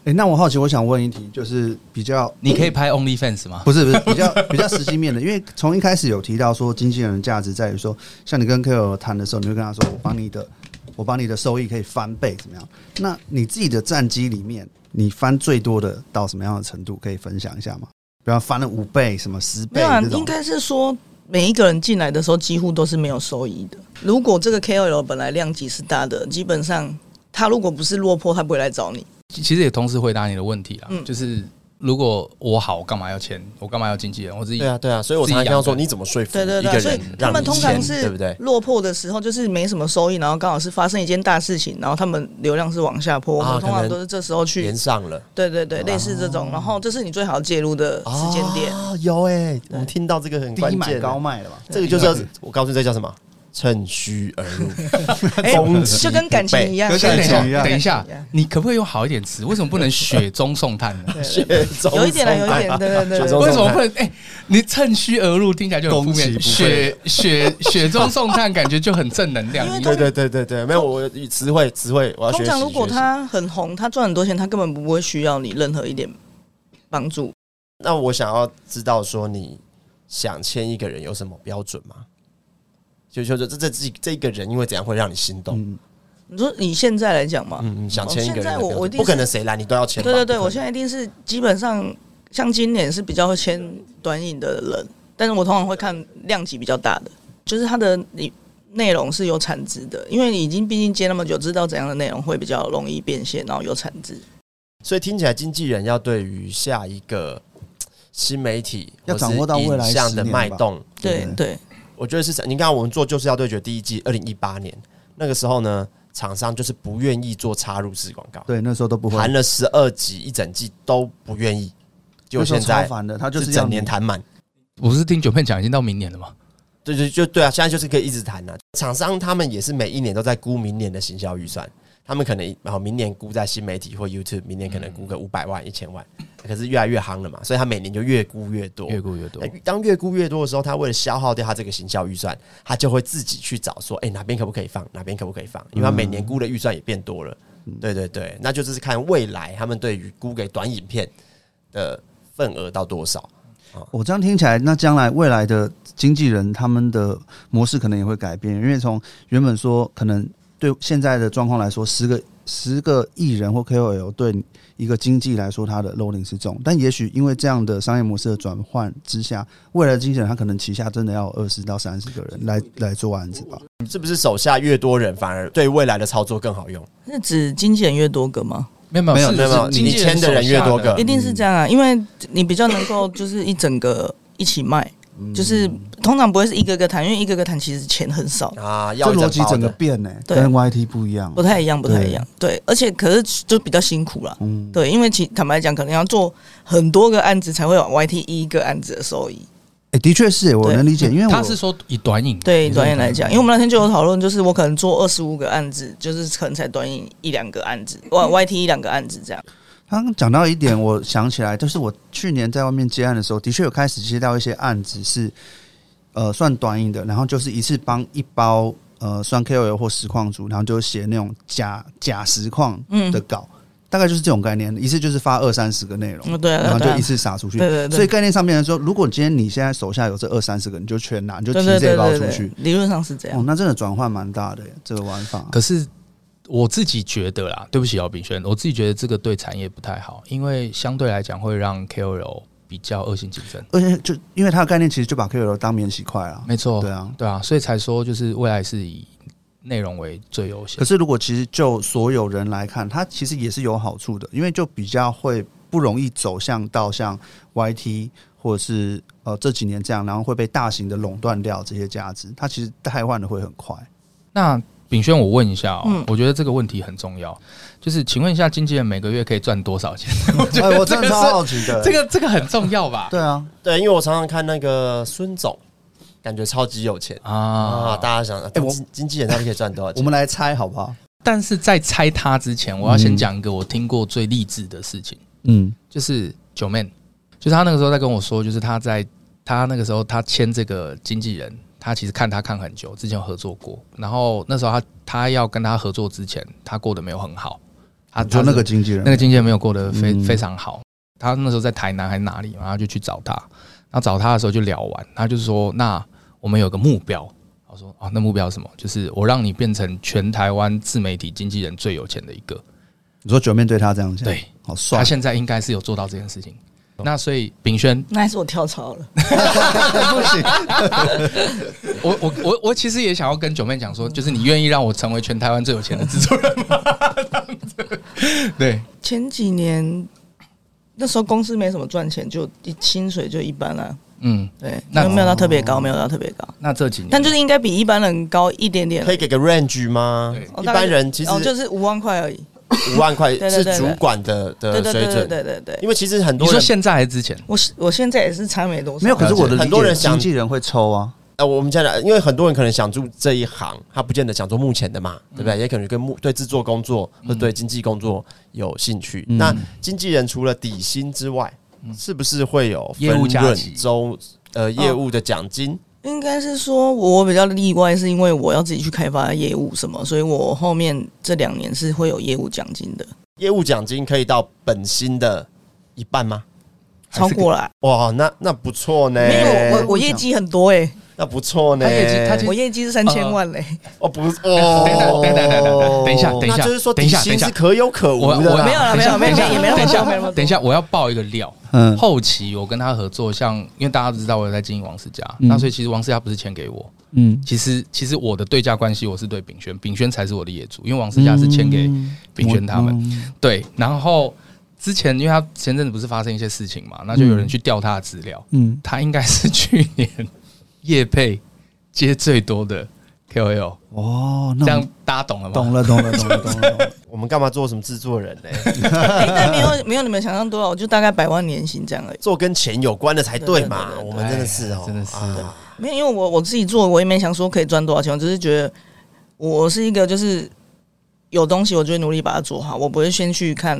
Speaker 4: 哎，那我好奇，我想问一题，就是比较
Speaker 3: 你可以拍 OnlyFans 吗？
Speaker 4: 不是不是比较 (laughs) 比较实际面的，因为从一开始有提到说经纪人的价值在于说，像你跟 KOL 谈的时候，你会跟他说我帮你的，我帮你的收益可以翻倍怎么样？那你自己的战绩里面，你翻最多的到什么样的程度？可以分享一下吗？比方翻了五倍、什么十倍
Speaker 5: 没有啊，
Speaker 4: 这种
Speaker 5: 应？该是说每一个人进来的时候几乎都是没有收益的。如果这个 KOL 本来量级是大的，基本上他如果不是落魄，他不会来找你。
Speaker 3: 其其实也同时回答你的问题啦，
Speaker 5: 嗯
Speaker 3: 就是如果我好，我干嘛要签？我干嘛要经纪人？我自己
Speaker 2: 对啊对啊，所以我常常
Speaker 3: 自己
Speaker 2: 跟
Speaker 3: 养
Speaker 2: 他说，
Speaker 3: 的
Speaker 2: 你怎么说服
Speaker 5: 对
Speaker 2: 一
Speaker 5: 对
Speaker 2: 个
Speaker 5: 对，所以
Speaker 2: 人
Speaker 5: 他
Speaker 2: 让
Speaker 5: 们
Speaker 2: 你
Speaker 5: 通常
Speaker 2: 签对
Speaker 5: 是
Speaker 2: 不对？
Speaker 5: 落魄的时候，就是没什么收益，然后刚好是发生一件大事情，然后他们流量是往下坡。我
Speaker 2: 啊
Speaker 5: 们通
Speaker 2: 可
Speaker 5: 常
Speaker 2: 能啊
Speaker 5: 都是这时候去
Speaker 2: 连，上了
Speaker 5: 对对对，类似这种。然后这是你最好介入的时间点。
Speaker 2: 哦有哎，我们听到这个很关
Speaker 4: 低买
Speaker 2: 键
Speaker 4: 高
Speaker 2: 的，
Speaker 4: 卖了吧？嗯
Speaker 2: 这个就是要我告诉你这叫什么，趁虚而入，
Speaker 5: (laughs) 哎
Speaker 2: 攻击
Speaker 5: 就跟感
Speaker 2: 不备
Speaker 5: 情一样，
Speaker 3: 可是
Speaker 4: 跟
Speaker 3: 等一
Speaker 4: 感情一
Speaker 3: 下，
Speaker 4: 样
Speaker 5: 啊
Speaker 3: 等一下
Speaker 5: 感情一样，
Speaker 3: 你可不可以用好一点词？为什么不能雪中送炭呢？
Speaker 5: 有一点啦，啊有一点，对对对
Speaker 2: 啊雪
Speaker 5: 对
Speaker 2: 中
Speaker 5: 对。
Speaker 3: 为什么不能？哎、你趁虚而入听起来就很负面
Speaker 4: 攻，其不
Speaker 3: 雪雪雪中送炭感觉就很正能量。
Speaker 5: 因为
Speaker 3: 你
Speaker 2: 对对对对对，没有我词汇词汇，我要学
Speaker 5: 通
Speaker 2: 习。
Speaker 5: 常如果
Speaker 2: 学习
Speaker 5: 他很红，他赚很多钱，他根本不会需要你任何一点帮助。
Speaker 2: 那我想要知道说，你想签一个人有什么标准吗？就就就这这这这个人，因为怎样会让你心动？
Speaker 4: 嗯，
Speaker 5: 你说以现在来讲嘛，
Speaker 2: 嗯嗯，想签一个人的
Speaker 5: 哦现
Speaker 2: 标
Speaker 5: 在我
Speaker 2: 准，
Speaker 5: 我一定
Speaker 2: 不可
Speaker 5: 是
Speaker 2: 能谁来你都要签吧。
Speaker 5: 对对对，
Speaker 2: 不可能
Speaker 5: 我现在一定是基本上像今年是比较会签短影的人，但是我通常会看量级比较大的，就是它的你内容是有产值的，因为你已经毕竟接那么久，知道怎样的内容会比较容易变现，然后有产值。
Speaker 2: 所以听起来经纪人要对于下一个嘖新媒体
Speaker 4: 要
Speaker 2: 或是
Speaker 4: 掌握到未来
Speaker 2: 影像
Speaker 4: 10
Speaker 2: 的
Speaker 4: 年吧
Speaker 2: 脉动，
Speaker 5: 对
Speaker 4: 不对？
Speaker 5: 对，
Speaker 2: 我觉得是这样你看我们做《就是要对决》第一季，二零一八年那个时候呢，厂商就是不愿意做插入式广告，
Speaker 4: 对，那时候都不会，
Speaker 2: 谈了十二集一整季都不愿意，结
Speaker 4: 那
Speaker 2: 果
Speaker 4: 时候
Speaker 2: 现
Speaker 4: 超
Speaker 2: 在
Speaker 4: 烦的，他就是要
Speaker 2: 整
Speaker 4: 你
Speaker 2: 年谈满。
Speaker 3: 我是听九片讲已经到明年了嘛，
Speaker 2: 对对，就对啊，现在就是可以一直谈啊。厂商他们也是每一年都在估明年的行销预算，他们可能然后明年估在新媒体或 YouTube，明年可能估个五百万、一千万，可是越来越夯了嘛，所以他每年就越估越多。
Speaker 3: 越估越多
Speaker 2: 哎。当越估越多的时候，他为了消耗掉他这个行销预算，他就会自己去找说，哎、哪边可不可以放，哪边可不可以放，因为他每年估的预算也变多了。对对对，那就只是看未来他们对于估给短影片的份额到多少。
Speaker 4: 我这样听起来，那将来未来的经纪人他们的模式可能也会改变，因为从原本说可能对现在的状况来说，十个十个艺人或 KOL 对一个经济来说，它的 loading 是重，但也许因为这样的商业模式的转换之下，未来的经纪人他可能旗下真的要二十到三十个人来来做案子吧。
Speaker 2: 是不是手下越多人，反而对未来的操作更好用？
Speaker 5: 是指经纪人越多个吗？
Speaker 3: 没有没有
Speaker 2: 没有没有
Speaker 3: 是
Speaker 2: 你
Speaker 3: 经纪人
Speaker 2: 签的人越多个
Speaker 5: 一定是这样啊，因为你比较能够就是一整个一起卖，
Speaker 4: 嗯
Speaker 5: 就是通常不会是一个个谈，因为一个个谈其实钱很少，
Speaker 2: 啊，
Speaker 4: 这
Speaker 2: 要一
Speaker 4: 逻
Speaker 2: 整
Speaker 4: 辑
Speaker 2: 包
Speaker 4: 整个
Speaker 2: 的
Speaker 4: 变呢、
Speaker 5: 对
Speaker 4: 跟 YT 不一样，
Speaker 5: 不太一样，不太一样。对，而且可是就比较辛苦啦。
Speaker 4: 嗯，
Speaker 5: 对，因为其坦白讲，可能要做很多个案子才会有 YT 一个案子的收益。
Speaker 4: 哎、的确是、我
Speaker 5: 对
Speaker 4: 能理解，因为我
Speaker 3: 他是说以短影
Speaker 5: 对短影来讲，因为我们那天就有讨论，就是我可能做二十五个案子，就是可能才短影一两个案子，Y YT 一两个案子这样。
Speaker 4: 刚刚讲到一点，我想起来，就是我去年在外面接案的时候，的确有开始接到一些案子是，呃，算短影的，然后就是一次帮一包呃，算 KOL 或实况组，然后就写那种假假实况的稿，大概就是这种概念，一次就是发二三十个内容，
Speaker 5: 嗯对啊
Speaker 4: 然后
Speaker 5: 对啊
Speaker 4: 就一次撒出去。
Speaker 5: 对对对
Speaker 4: 所以概念上面来说，如果今天你现在手下有这二三十个，你就全拿，你就
Speaker 5: 对
Speaker 4: 提
Speaker 5: 对
Speaker 4: 这
Speaker 5: 对
Speaker 4: 包
Speaker 5: 对
Speaker 4: 出
Speaker 5: 对
Speaker 4: 去，。
Speaker 5: 理论上是这样
Speaker 4: 哦。，那真的转换蛮大的耶，这个玩法。
Speaker 3: 可是我自己觉得啦，对不起姚炳轩，我自己觉得这个对产业不太好，因为相对来讲会让 KOL 比较恶性竞争。
Speaker 4: 而且就因为它的概念，其实就把 KOL 当免洗块了。
Speaker 3: 没错，
Speaker 4: 对啊，
Speaker 3: 对啊，所以才说就是未来是以内容为最优先
Speaker 4: 可。是如果其实就所有人来看，它其实也是有好处的，因为就比较会不容易走向到像 YT 或者是呃这几年这样，然后会被大型的垄断掉这些价值，它其实汰换的会很快。
Speaker 3: 那炳轩，我问一下哦、
Speaker 5: 嗯
Speaker 3: 我觉得这个问题很重要，就是请问一下经纪人每个月可以赚多少钱？我觉
Speaker 4: 哎，
Speaker 3: 得 (laughs)
Speaker 4: 我
Speaker 3: 这
Speaker 4: 真
Speaker 3: 个
Speaker 4: 的超
Speaker 3: 是
Speaker 4: 好奇的，
Speaker 3: 这个这个很重要吧？
Speaker 4: 对啊，
Speaker 2: 对，因为我常常看那个孙总，感觉超级有钱啊，
Speaker 3: (laughs) 啊，
Speaker 2: 大家想，哎、
Speaker 4: 我
Speaker 2: 经经纪人到底可以赚多少
Speaker 4: 我
Speaker 2: 钱？
Speaker 4: 们来猜好不好？
Speaker 3: 但是在猜他之前，我要先讲一个我听过最励志的事情，
Speaker 4: 嗯，
Speaker 3: 就是九妹，就是他那个时候在跟我说，就是他在他那个时候他签这个经纪人，他其实看他看很久，之前有合作过，然后那时候他他要跟他合作之前，他过得没有很好，他
Speaker 4: 就
Speaker 3: 他
Speaker 4: 啊那
Speaker 3: 是
Speaker 4: 个经纪人，
Speaker 3: 那个经纪人没有过得非、
Speaker 4: 嗯
Speaker 3: 非常好。他那时候在台南还是哪里，然后就去找他。然后找他的时候就聊完，他就说：“那我们有个目标。”我说：“啊，那目标是什么？就是我让你变成全台湾自媒体经纪人最有钱的一个。
Speaker 4: 你说九面对他这样讲，
Speaker 3: 对，
Speaker 4: 好帅
Speaker 3: 他，现在应该是有做到这件事情。那所以，炳轩，
Speaker 5: 那还是我跳槽了。
Speaker 4: 不行，
Speaker 3: 我我我我其实也想要跟九妹讲说，就是你愿意让我成为全台湾最有钱的制作人吗？ (laughs) 这样子对，
Speaker 5: 前几年那时候公司没什么赚钱，就一薪水就一般啦。
Speaker 3: 嗯，
Speaker 5: 对，
Speaker 3: 那
Speaker 5: 没有没
Speaker 2: 哦
Speaker 5: 有到特别高，没有到特别高，
Speaker 3: 那这几年，
Speaker 5: 但就是应该比一般人高一点点
Speaker 2: 嗯可。以给个 range 吗
Speaker 3: 对？
Speaker 5: 哦
Speaker 2: 一
Speaker 5: 大概
Speaker 2: 般人其实
Speaker 5: 哦就是五万块而已。
Speaker 2: 五万块
Speaker 5: 对
Speaker 2: 是
Speaker 5: 对对
Speaker 2: 主管的
Speaker 5: 对
Speaker 2: 的呃
Speaker 5: 对
Speaker 2: 水
Speaker 5: 对对
Speaker 2: 准，
Speaker 5: 对对对。
Speaker 2: 因为其实很
Speaker 3: 你
Speaker 2: 多
Speaker 3: 说
Speaker 2: 人，
Speaker 3: 现在还是之前？
Speaker 5: 我我现在也是差没多少。
Speaker 4: 没有。可是我的
Speaker 2: 很多
Speaker 4: 理解
Speaker 2: 人想
Speaker 4: 经纪人会抽啊，
Speaker 2: 呃，我们讲的，因为很多人可能想做这一行，他不见得想做目前的嘛，
Speaker 3: 嗯
Speaker 2: 对不对？也可能跟目对制作工作或对经济工作有兴趣。
Speaker 4: 嗯
Speaker 2: 那经纪人除了底薪之外，是不是会有
Speaker 3: 嗯业务哦
Speaker 2: 分
Speaker 3: 加
Speaker 2: 润
Speaker 3: 级
Speaker 2: 周呃业务的奖金？
Speaker 5: 应该是说我比较例外，是因为我要自己去开发业务什么，所以我后面这两年是会有业务奖金的，
Speaker 2: 业务奖金可以到本薪的一半吗？
Speaker 5: 超过了。
Speaker 2: 哇，那那不错呢，
Speaker 5: 没有，我我业绩很多哎，
Speaker 2: 那不错呢。
Speaker 3: 他业绩他其实
Speaker 5: 我业绩是三千万嘞。
Speaker 2: (laughs) 哦不是
Speaker 3: 等一下
Speaker 2: 哦，
Speaker 3: 等一下等一下 (laughs) 等一下等一下，
Speaker 2: 那就是说
Speaker 3: 等一
Speaker 2: 底
Speaker 3: 下，等
Speaker 2: 薪
Speaker 3: 一下
Speaker 2: 是，可有可无
Speaker 3: 我
Speaker 2: 的
Speaker 3: 我
Speaker 2: 啦
Speaker 5: 没有啦
Speaker 3: 等一下
Speaker 5: 没有没有
Speaker 3: 等一下
Speaker 5: 没
Speaker 3: 等一
Speaker 5: 有没有没有没有没
Speaker 3: 下，
Speaker 5: 有
Speaker 3: 等一下，我要爆一个料。
Speaker 4: 嗯，
Speaker 3: 后期我跟他合作，像因为大家都知道我有在经营王思佳，
Speaker 5: 嗯
Speaker 3: 那所以其实王思佳不是签给我，
Speaker 4: 嗯，
Speaker 3: 其实其实我的对价关系我是对炳轩，炳轩才是我的业主，因为王思佳是签给炳轩他们。
Speaker 4: 嗯
Speaker 3: 对，然后之前因为他前阵子不是发生一些事情嘛，那就有人去调他的资料，
Speaker 4: 嗯，
Speaker 3: 他应该是去年 (laughs) 业配接最多的 KOL，
Speaker 4: 哦，
Speaker 3: 这
Speaker 4: 那我
Speaker 3: 样大家懂了吗？
Speaker 4: 懂了，懂了，懂了，懂了。懂了
Speaker 2: 我们干嘛做什么制作人呢？
Speaker 5: 哎但没有没有你们想象多少，我就大概百万年薪这样而已。
Speaker 2: 做跟钱有关的才对嘛。
Speaker 5: 对对对对
Speaker 2: 我们真的是哦，
Speaker 3: 哎真的是
Speaker 2: 啊
Speaker 5: 没有，因为我我自己做，我也没想说可以赚多少钱，我只是觉得我是一个就是有东西，我就会努力把它做好，我不会先去看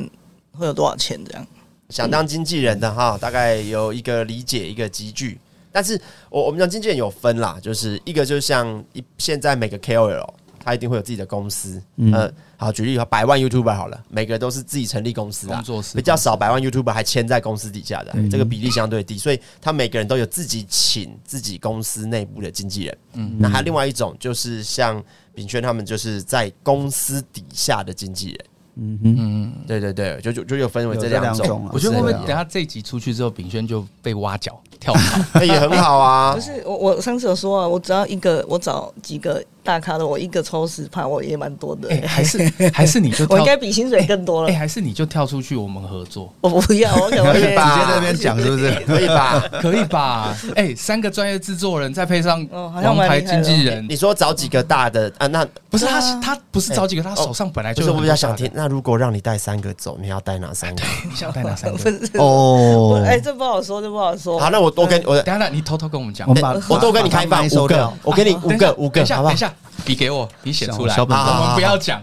Speaker 5: 会有多少钱这样。
Speaker 2: 想当经纪人的哈，大概有一个理解，一个集聚。但是我我们讲经纪人有分啦，就是一个就像一现在每个 KOL 他一定会有自己的公司，嗯、呃，好举例，百万 YouTuber 好了，每个都是自己成立公司啊
Speaker 3: 工，作室
Speaker 2: 比较少百万 YouTuber 还签在公司底下的，这个比例相对低，所以他每个人都有自己请自己公司内部的经纪人。嗯，那还有另外一种就是像炳轩他们就是在公司底下的经纪人。
Speaker 4: 嗯哼，
Speaker 3: 嗯，
Speaker 2: 对对对，就就就有分为
Speaker 4: 有
Speaker 2: 这
Speaker 4: 这
Speaker 2: 两
Speaker 4: 两
Speaker 2: 种
Speaker 4: 种，啊
Speaker 3: 我觉得会不会
Speaker 4: 是
Speaker 3: 等下这一集出去之后，炳轩就被挖角跳槽？
Speaker 2: 那也很好啊
Speaker 3: 哎
Speaker 5: 不。是我我上次有说啊，我只要一个，我找几个大咖的，我一个抽十趴，我也蛮多
Speaker 3: (laughs)
Speaker 5: 的、欸
Speaker 3: 哎、还
Speaker 5: (laughs)
Speaker 3: 是还是你就
Speaker 5: 我
Speaker 3: 跳
Speaker 5: 应该比薪水更多
Speaker 3: 哎、
Speaker 5: 了。
Speaker 3: 还是你就跳出去，我们合作
Speaker 5: 我不要，我可能
Speaker 2: 可
Speaker 5: 会
Speaker 2: 以
Speaker 5: 被
Speaker 2: 吧
Speaker 4: 直接在
Speaker 5: (laughs)
Speaker 4: 那边讲是不是？
Speaker 2: 可以吧？
Speaker 3: (laughs) 可以吧？哎、三个专业制作人，再配上
Speaker 5: 哦好像
Speaker 3: 王
Speaker 5: 蛮
Speaker 3: 牌
Speaker 5: 厉害
Speaker 3: 经
Speaker 5: 的
Speaker 3: 纪人，
Speaker 2: 哦你说找几个大的啊？那
Speaker 3: 不是
Speaker 5: 对
Speaker 3: 他
Speaker 5: 啊
Speaker 3: 是，他不是找几个，他
Speaker 2: 哦
Speaker 3: 手上本来
Speaker 2: 就
Speaker 3: 就是有
Speaker 2: 我比较
Speaker 3: 很多
Speaker 2: 想
Speaker 3: 大的
Speaker 2: 听。，那如果让你带三个走，你要带哪三个？
Speaker 3: 你想带哪三个？
Speaker 5: 不是
Speaker 4: 哦
Speaker 5: 哎，这不好说，这不好说。
Speaker 2: (laughs) 好，那我多跟我
Speaker 3: 等一下，你偷偷跟我们讲哎
Speaker 4: 我。们把
Speaker 2: 我多跟你开
Speaker 4: 把
Speaker 2: 放
Speaker 4: 麦
Speaker 2: 五
Speaker 4: 收
Speaker 2: 个
Speaker 4: 掉，
Speaker 2: 我给你五
Speaker 3: 等一下
Speaker 2: 个五
Speaker 3: 等
Speaker 2: 个
Speaker 3: 一，下，
Speaker 2: 好不好
Speaker 3: 等一？下，笔给我，笔写
Speaker 4: 小
Speaker 3: 出来。
Speaker 4: 小本
Speaker 2: 本
Speaker 3: 我们不要讲，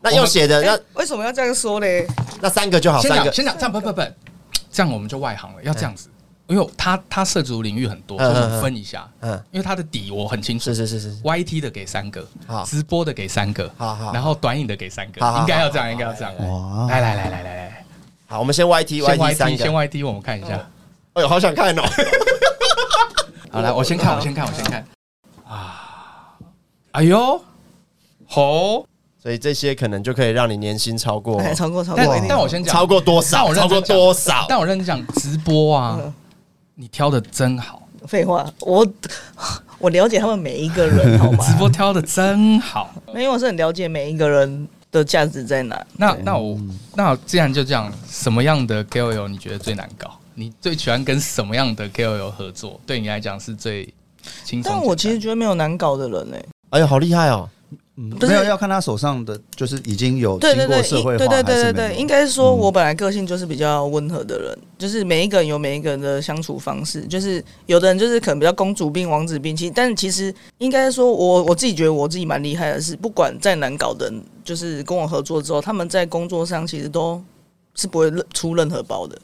Speaker 2: 那用写的
Speaker 5: 哎
Speaker 2: 那
Speaker 5: 为什么要这样说嘞？
Speaker 2: 那三个就好，
Speaker 3: 先
Speaker 2: 三个
Speaker 3: 讲，。先讲，这样不不不，这样我们就外行了，要这样子，因为他他涉足领域很多，
Speaker 2: 嗯
Speaker 3: 所以
Speaker 2: 嗯
Speaker 3: 我
Speaker 2: 嗯
Speaker 3: 们分一下。
Speaker 2: 嗯，
Speaker 3: 因为他的底我很清楚
Speaker 2: 是是是是，
Speaker 3: ，YT 的给三个
Speaker 2: 好，
Speaker 3: 直播的给三个，
Speaker 2: 好好
Speaker 3: 然后短影的给三个
Speaker 2: 好好，好
Speaker 3: 应该要这样，应该要这样。
Speaker 4: 哇
Speaker 3: 来来来来来来，
Speaker 2: 好，我们先 YT
Speaker 3: 先
Speaker 2: YT 三
Speaker 3: YT 先
Speaker 2: 个。
Speaker 3: YT，我们看一下。
Speaker 2: 哎呦，好想看哦！ (laughs)
Speaker 3: 好，来，我先看，我先看，我先看。啊，哎呦，吼！
Speaker 2: 所以这些可能就可以让你年薪超过
Speaker 5: 哎，超过超过
Speaker 3: 但，
Speaker 5: 一定
Speaker 3: 但我先讲，
Speaker 2: 超过多
Speaker 3: 那
Speaker 2: 少？
Speaker 3: 我认
Speaker 2: 超
Speaker 3: 真
Speaker 2: 过
Speaker 3: 讲
Speaker 2: 多少？
Speaker 3: 但我认真讲，直播啊
Speaker 5: 嗯，
Speaker 3: 你挑的真好，
Speaker 5: 废话，我 (laughs) 我了解他们每一个人，好吗？
Speaker 3: 直播挑的真好。
Speaker 5: 没有，我是很了解每一个人的价值在哪。
Speaker 3: 那那我那既然就这样，什么样的 KOL 你觉得最难搞？你最喜欢跟什么样的 KOL 合作？对你来讲是最轻松简单？
Speaker 5: 但我其实觉得没有难搞的人嘞、欸
Speaker 2: 哎呦，好厉害哦！
Speaker 4: 嗯
Speaker 5: 不是
Speaker 4: 没有要看他手上的，就是已经有
Speaker 5: 对
Speaker 4: 经
Speaker 5: 对
Speaker 4: 过
Speaker 5: 对，
Speaker 4: 社
Speaker 5: 应
Speaker 4: 会化，
Speaker 5: 对对对对对，应该说
Speaker 4: 嗯
Speaker 5: 我本来个性就是比较温和的人，就是每一个人有每一个人的相处方式，就是有的人就是可能比较公主病、王子病，其实但其实应该说我我自己觉得我自己蛮厉害的是，不管再难搞的人，就是跟我合作之后，他们在工作上其实都是不会出任何包的。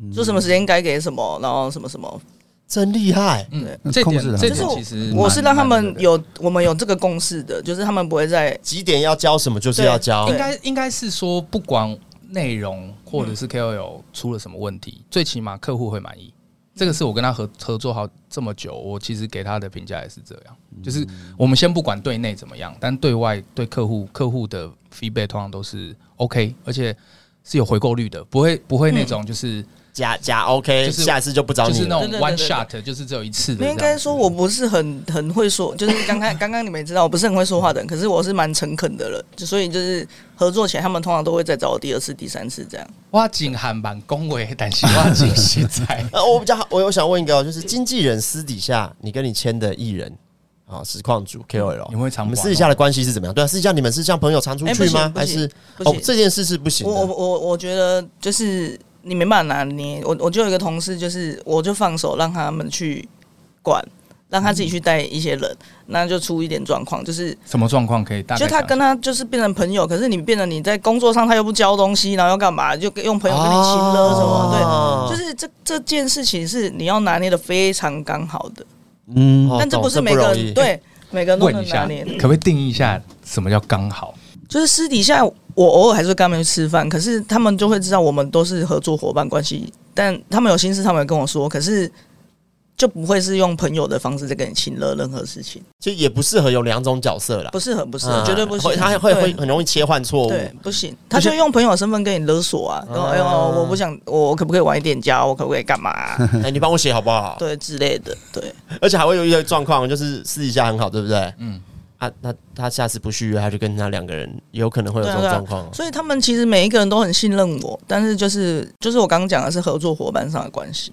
Speaker 4: 嗯
Speaker 5: 说什么时间该给什么，然后什么什么，
Speaker 2: 真厉害！
Speaker 3: 嗯，
Speaker 4: 对
Speaker 3: 这
Speaker 4: 控制得
Speaker 3: 点
Speaker 4: 很
Speaker 3: 这
Speaker 5: 就是
Speaker 3: 点
Speaker 5: 我
Speaker 3: 其实
Speaker 5: 我是让他
Speaker 3: 蛮
Speaker 5: 们
Speaker 3: 难的
Speaker 5: 有我们有这个共识的，就是他们不会再
Speaker 2: 几点要交什么就是要交
Speaker 5: 对
Speaker 3: 应，该应该是说，不管内容或者是
Speaker 5: 嗯
Speaker 3: KOL 出了什么问题，最起码客户会满意。这个是我跟他合
Speaker 5: 嗯
Speaker 3: 合作好这么久，我其实给他的评价也是这样，
Speaker 5: 嗯
Speaker 3: 就是我们先不管对内怎么样，但对外对客户客户的 feedback 通常都是 OK，而且是有回购率的，不会不会那
Speaker 5: 嗯
Speaker 3: 种就是、
Speaker 2: 假假 OK，
Speaker 3: 就是
Speaker 2: 下次就不找
Speaker 3: 就
Speaker 2: 你
Speaker 3: 是
Speaker 2: 了。
Speaker 3: 那种
Speaker 5: 对对对
Speaker 3: one
Speaker 5: 对
Speaker 3: shot，就是只有一次的这
Speaker 5: 那
Speaker 3: 样。
Speaker 5: 应该说我不是很很会说，就是刚开刚刚你们也知道，我不是很会说话的人，可是我是蛮诚恳的人，就所以就是合作起来，他们通常都会再找我第二次、第三次这样。
Speaker 3: 我真韩版恭维，但是我真实
Speaker 5: (laughs)
Speaker 3: 在。
Speaker 2: 呃，我比较好，我有想问一个哦，就是经纪人私底下你跟你签的艺人啊，实况主 KOL，
Speaker 3: 嗯你们会常
Speaker 2: 你们
Speaker 3: 玩
Speaker 2: 私底
Speaker 3: 吗
Speaker 2: 下的关系是怎么样？对啊，私底下你们是像朋友常出
Speaker 5: 哎不
Speaker 2: 去
Speaker 5: 行
Speaker 2: 吗？
Speaker 5: 不
Speaker 2: 还
Speaker 5: 行
Speaker 2: 是
Speaker 5: 不
Speaker 2: 哦
Speaker 5: 行
Speaker 2: 这件事是不行
Speaker 5: 我我
Speaker 2: 的？
Speaker 5: 我我觉得就是你没办法拿捏，我我就有一个同事，就是我就放手让他们去管，让他自己去带一些人，那就出一点状况，就是
Speaker 3: 什么状况可以大概
Speaker 5: 就
Speaker 3: 讲一下？
Speaker 5: 他跟他就是变成朋友，可是你变成你在工作上他又不交东西，然后要干嘛？就用朋友跟你亲了什
Speaker 2: 哦
Speaker 5: 么？对，就是这这件事情是你要拿捏的非常刚好的，
Speaker 4: 嗯
Speaker 2: 哦
Speaker 5: 但这
Speaker 2: 懂
Speaker 5: 不是每个
Speaker 2: 容易
Speaker 5: 人对每个人都
Speaker 3: 问一
Speaker 5: 能
Speaker 3: 下，
Speaker 5: 拿
Speaker 3: 可
Speaker 5: 捏的。
Speaker 3: 不可以定义一下什么叫刚好？
Speaker 5: 就是私底下我偶尔还是会跟他们去吃饭，可是他们就会知道我们都是合作伙伴关系，但他们有心事他们会跟我说，可是就不会是用朋友的方式在跟你亲了任何事情，
Speaker 2: 其实也不适合有两种角色啦，
Speaker 5: 不适合，不适合，
Speaker 2: 嗯
Speaker 5: 绝对不行
Speaker 2: 会。他会
Speaker 5: 对
Speaker 2: 会很容易切换错误。
Speaker 5: 对，不行，他就用朋友的身份跟你勒索啊，然后哎呦，我不想，我可不可以晚一点交？我可不可以干嘛啊、
Speaker 2: (laughs) 哎，你帮我写好不好？
Speaker 5: 对之类的，对，
Speaker 2: 而且还会有一个状况，就是私底下很好，对不对？
Speaker 3: 嗯
Speaker 2: 啊，那他下次不续约，他就跟他两个人，有可能会有
Speaker 5: 对
Speaker 2: 这
Speaker 5: 啊
Speaker 2: 种
Speaker 5: 对啊
Speaker 2: 状况哦。
Speaker 5: 所以他们其实每一个人都很信任我，但是就是就是我刚刚讲的是合作伙伴上的关系，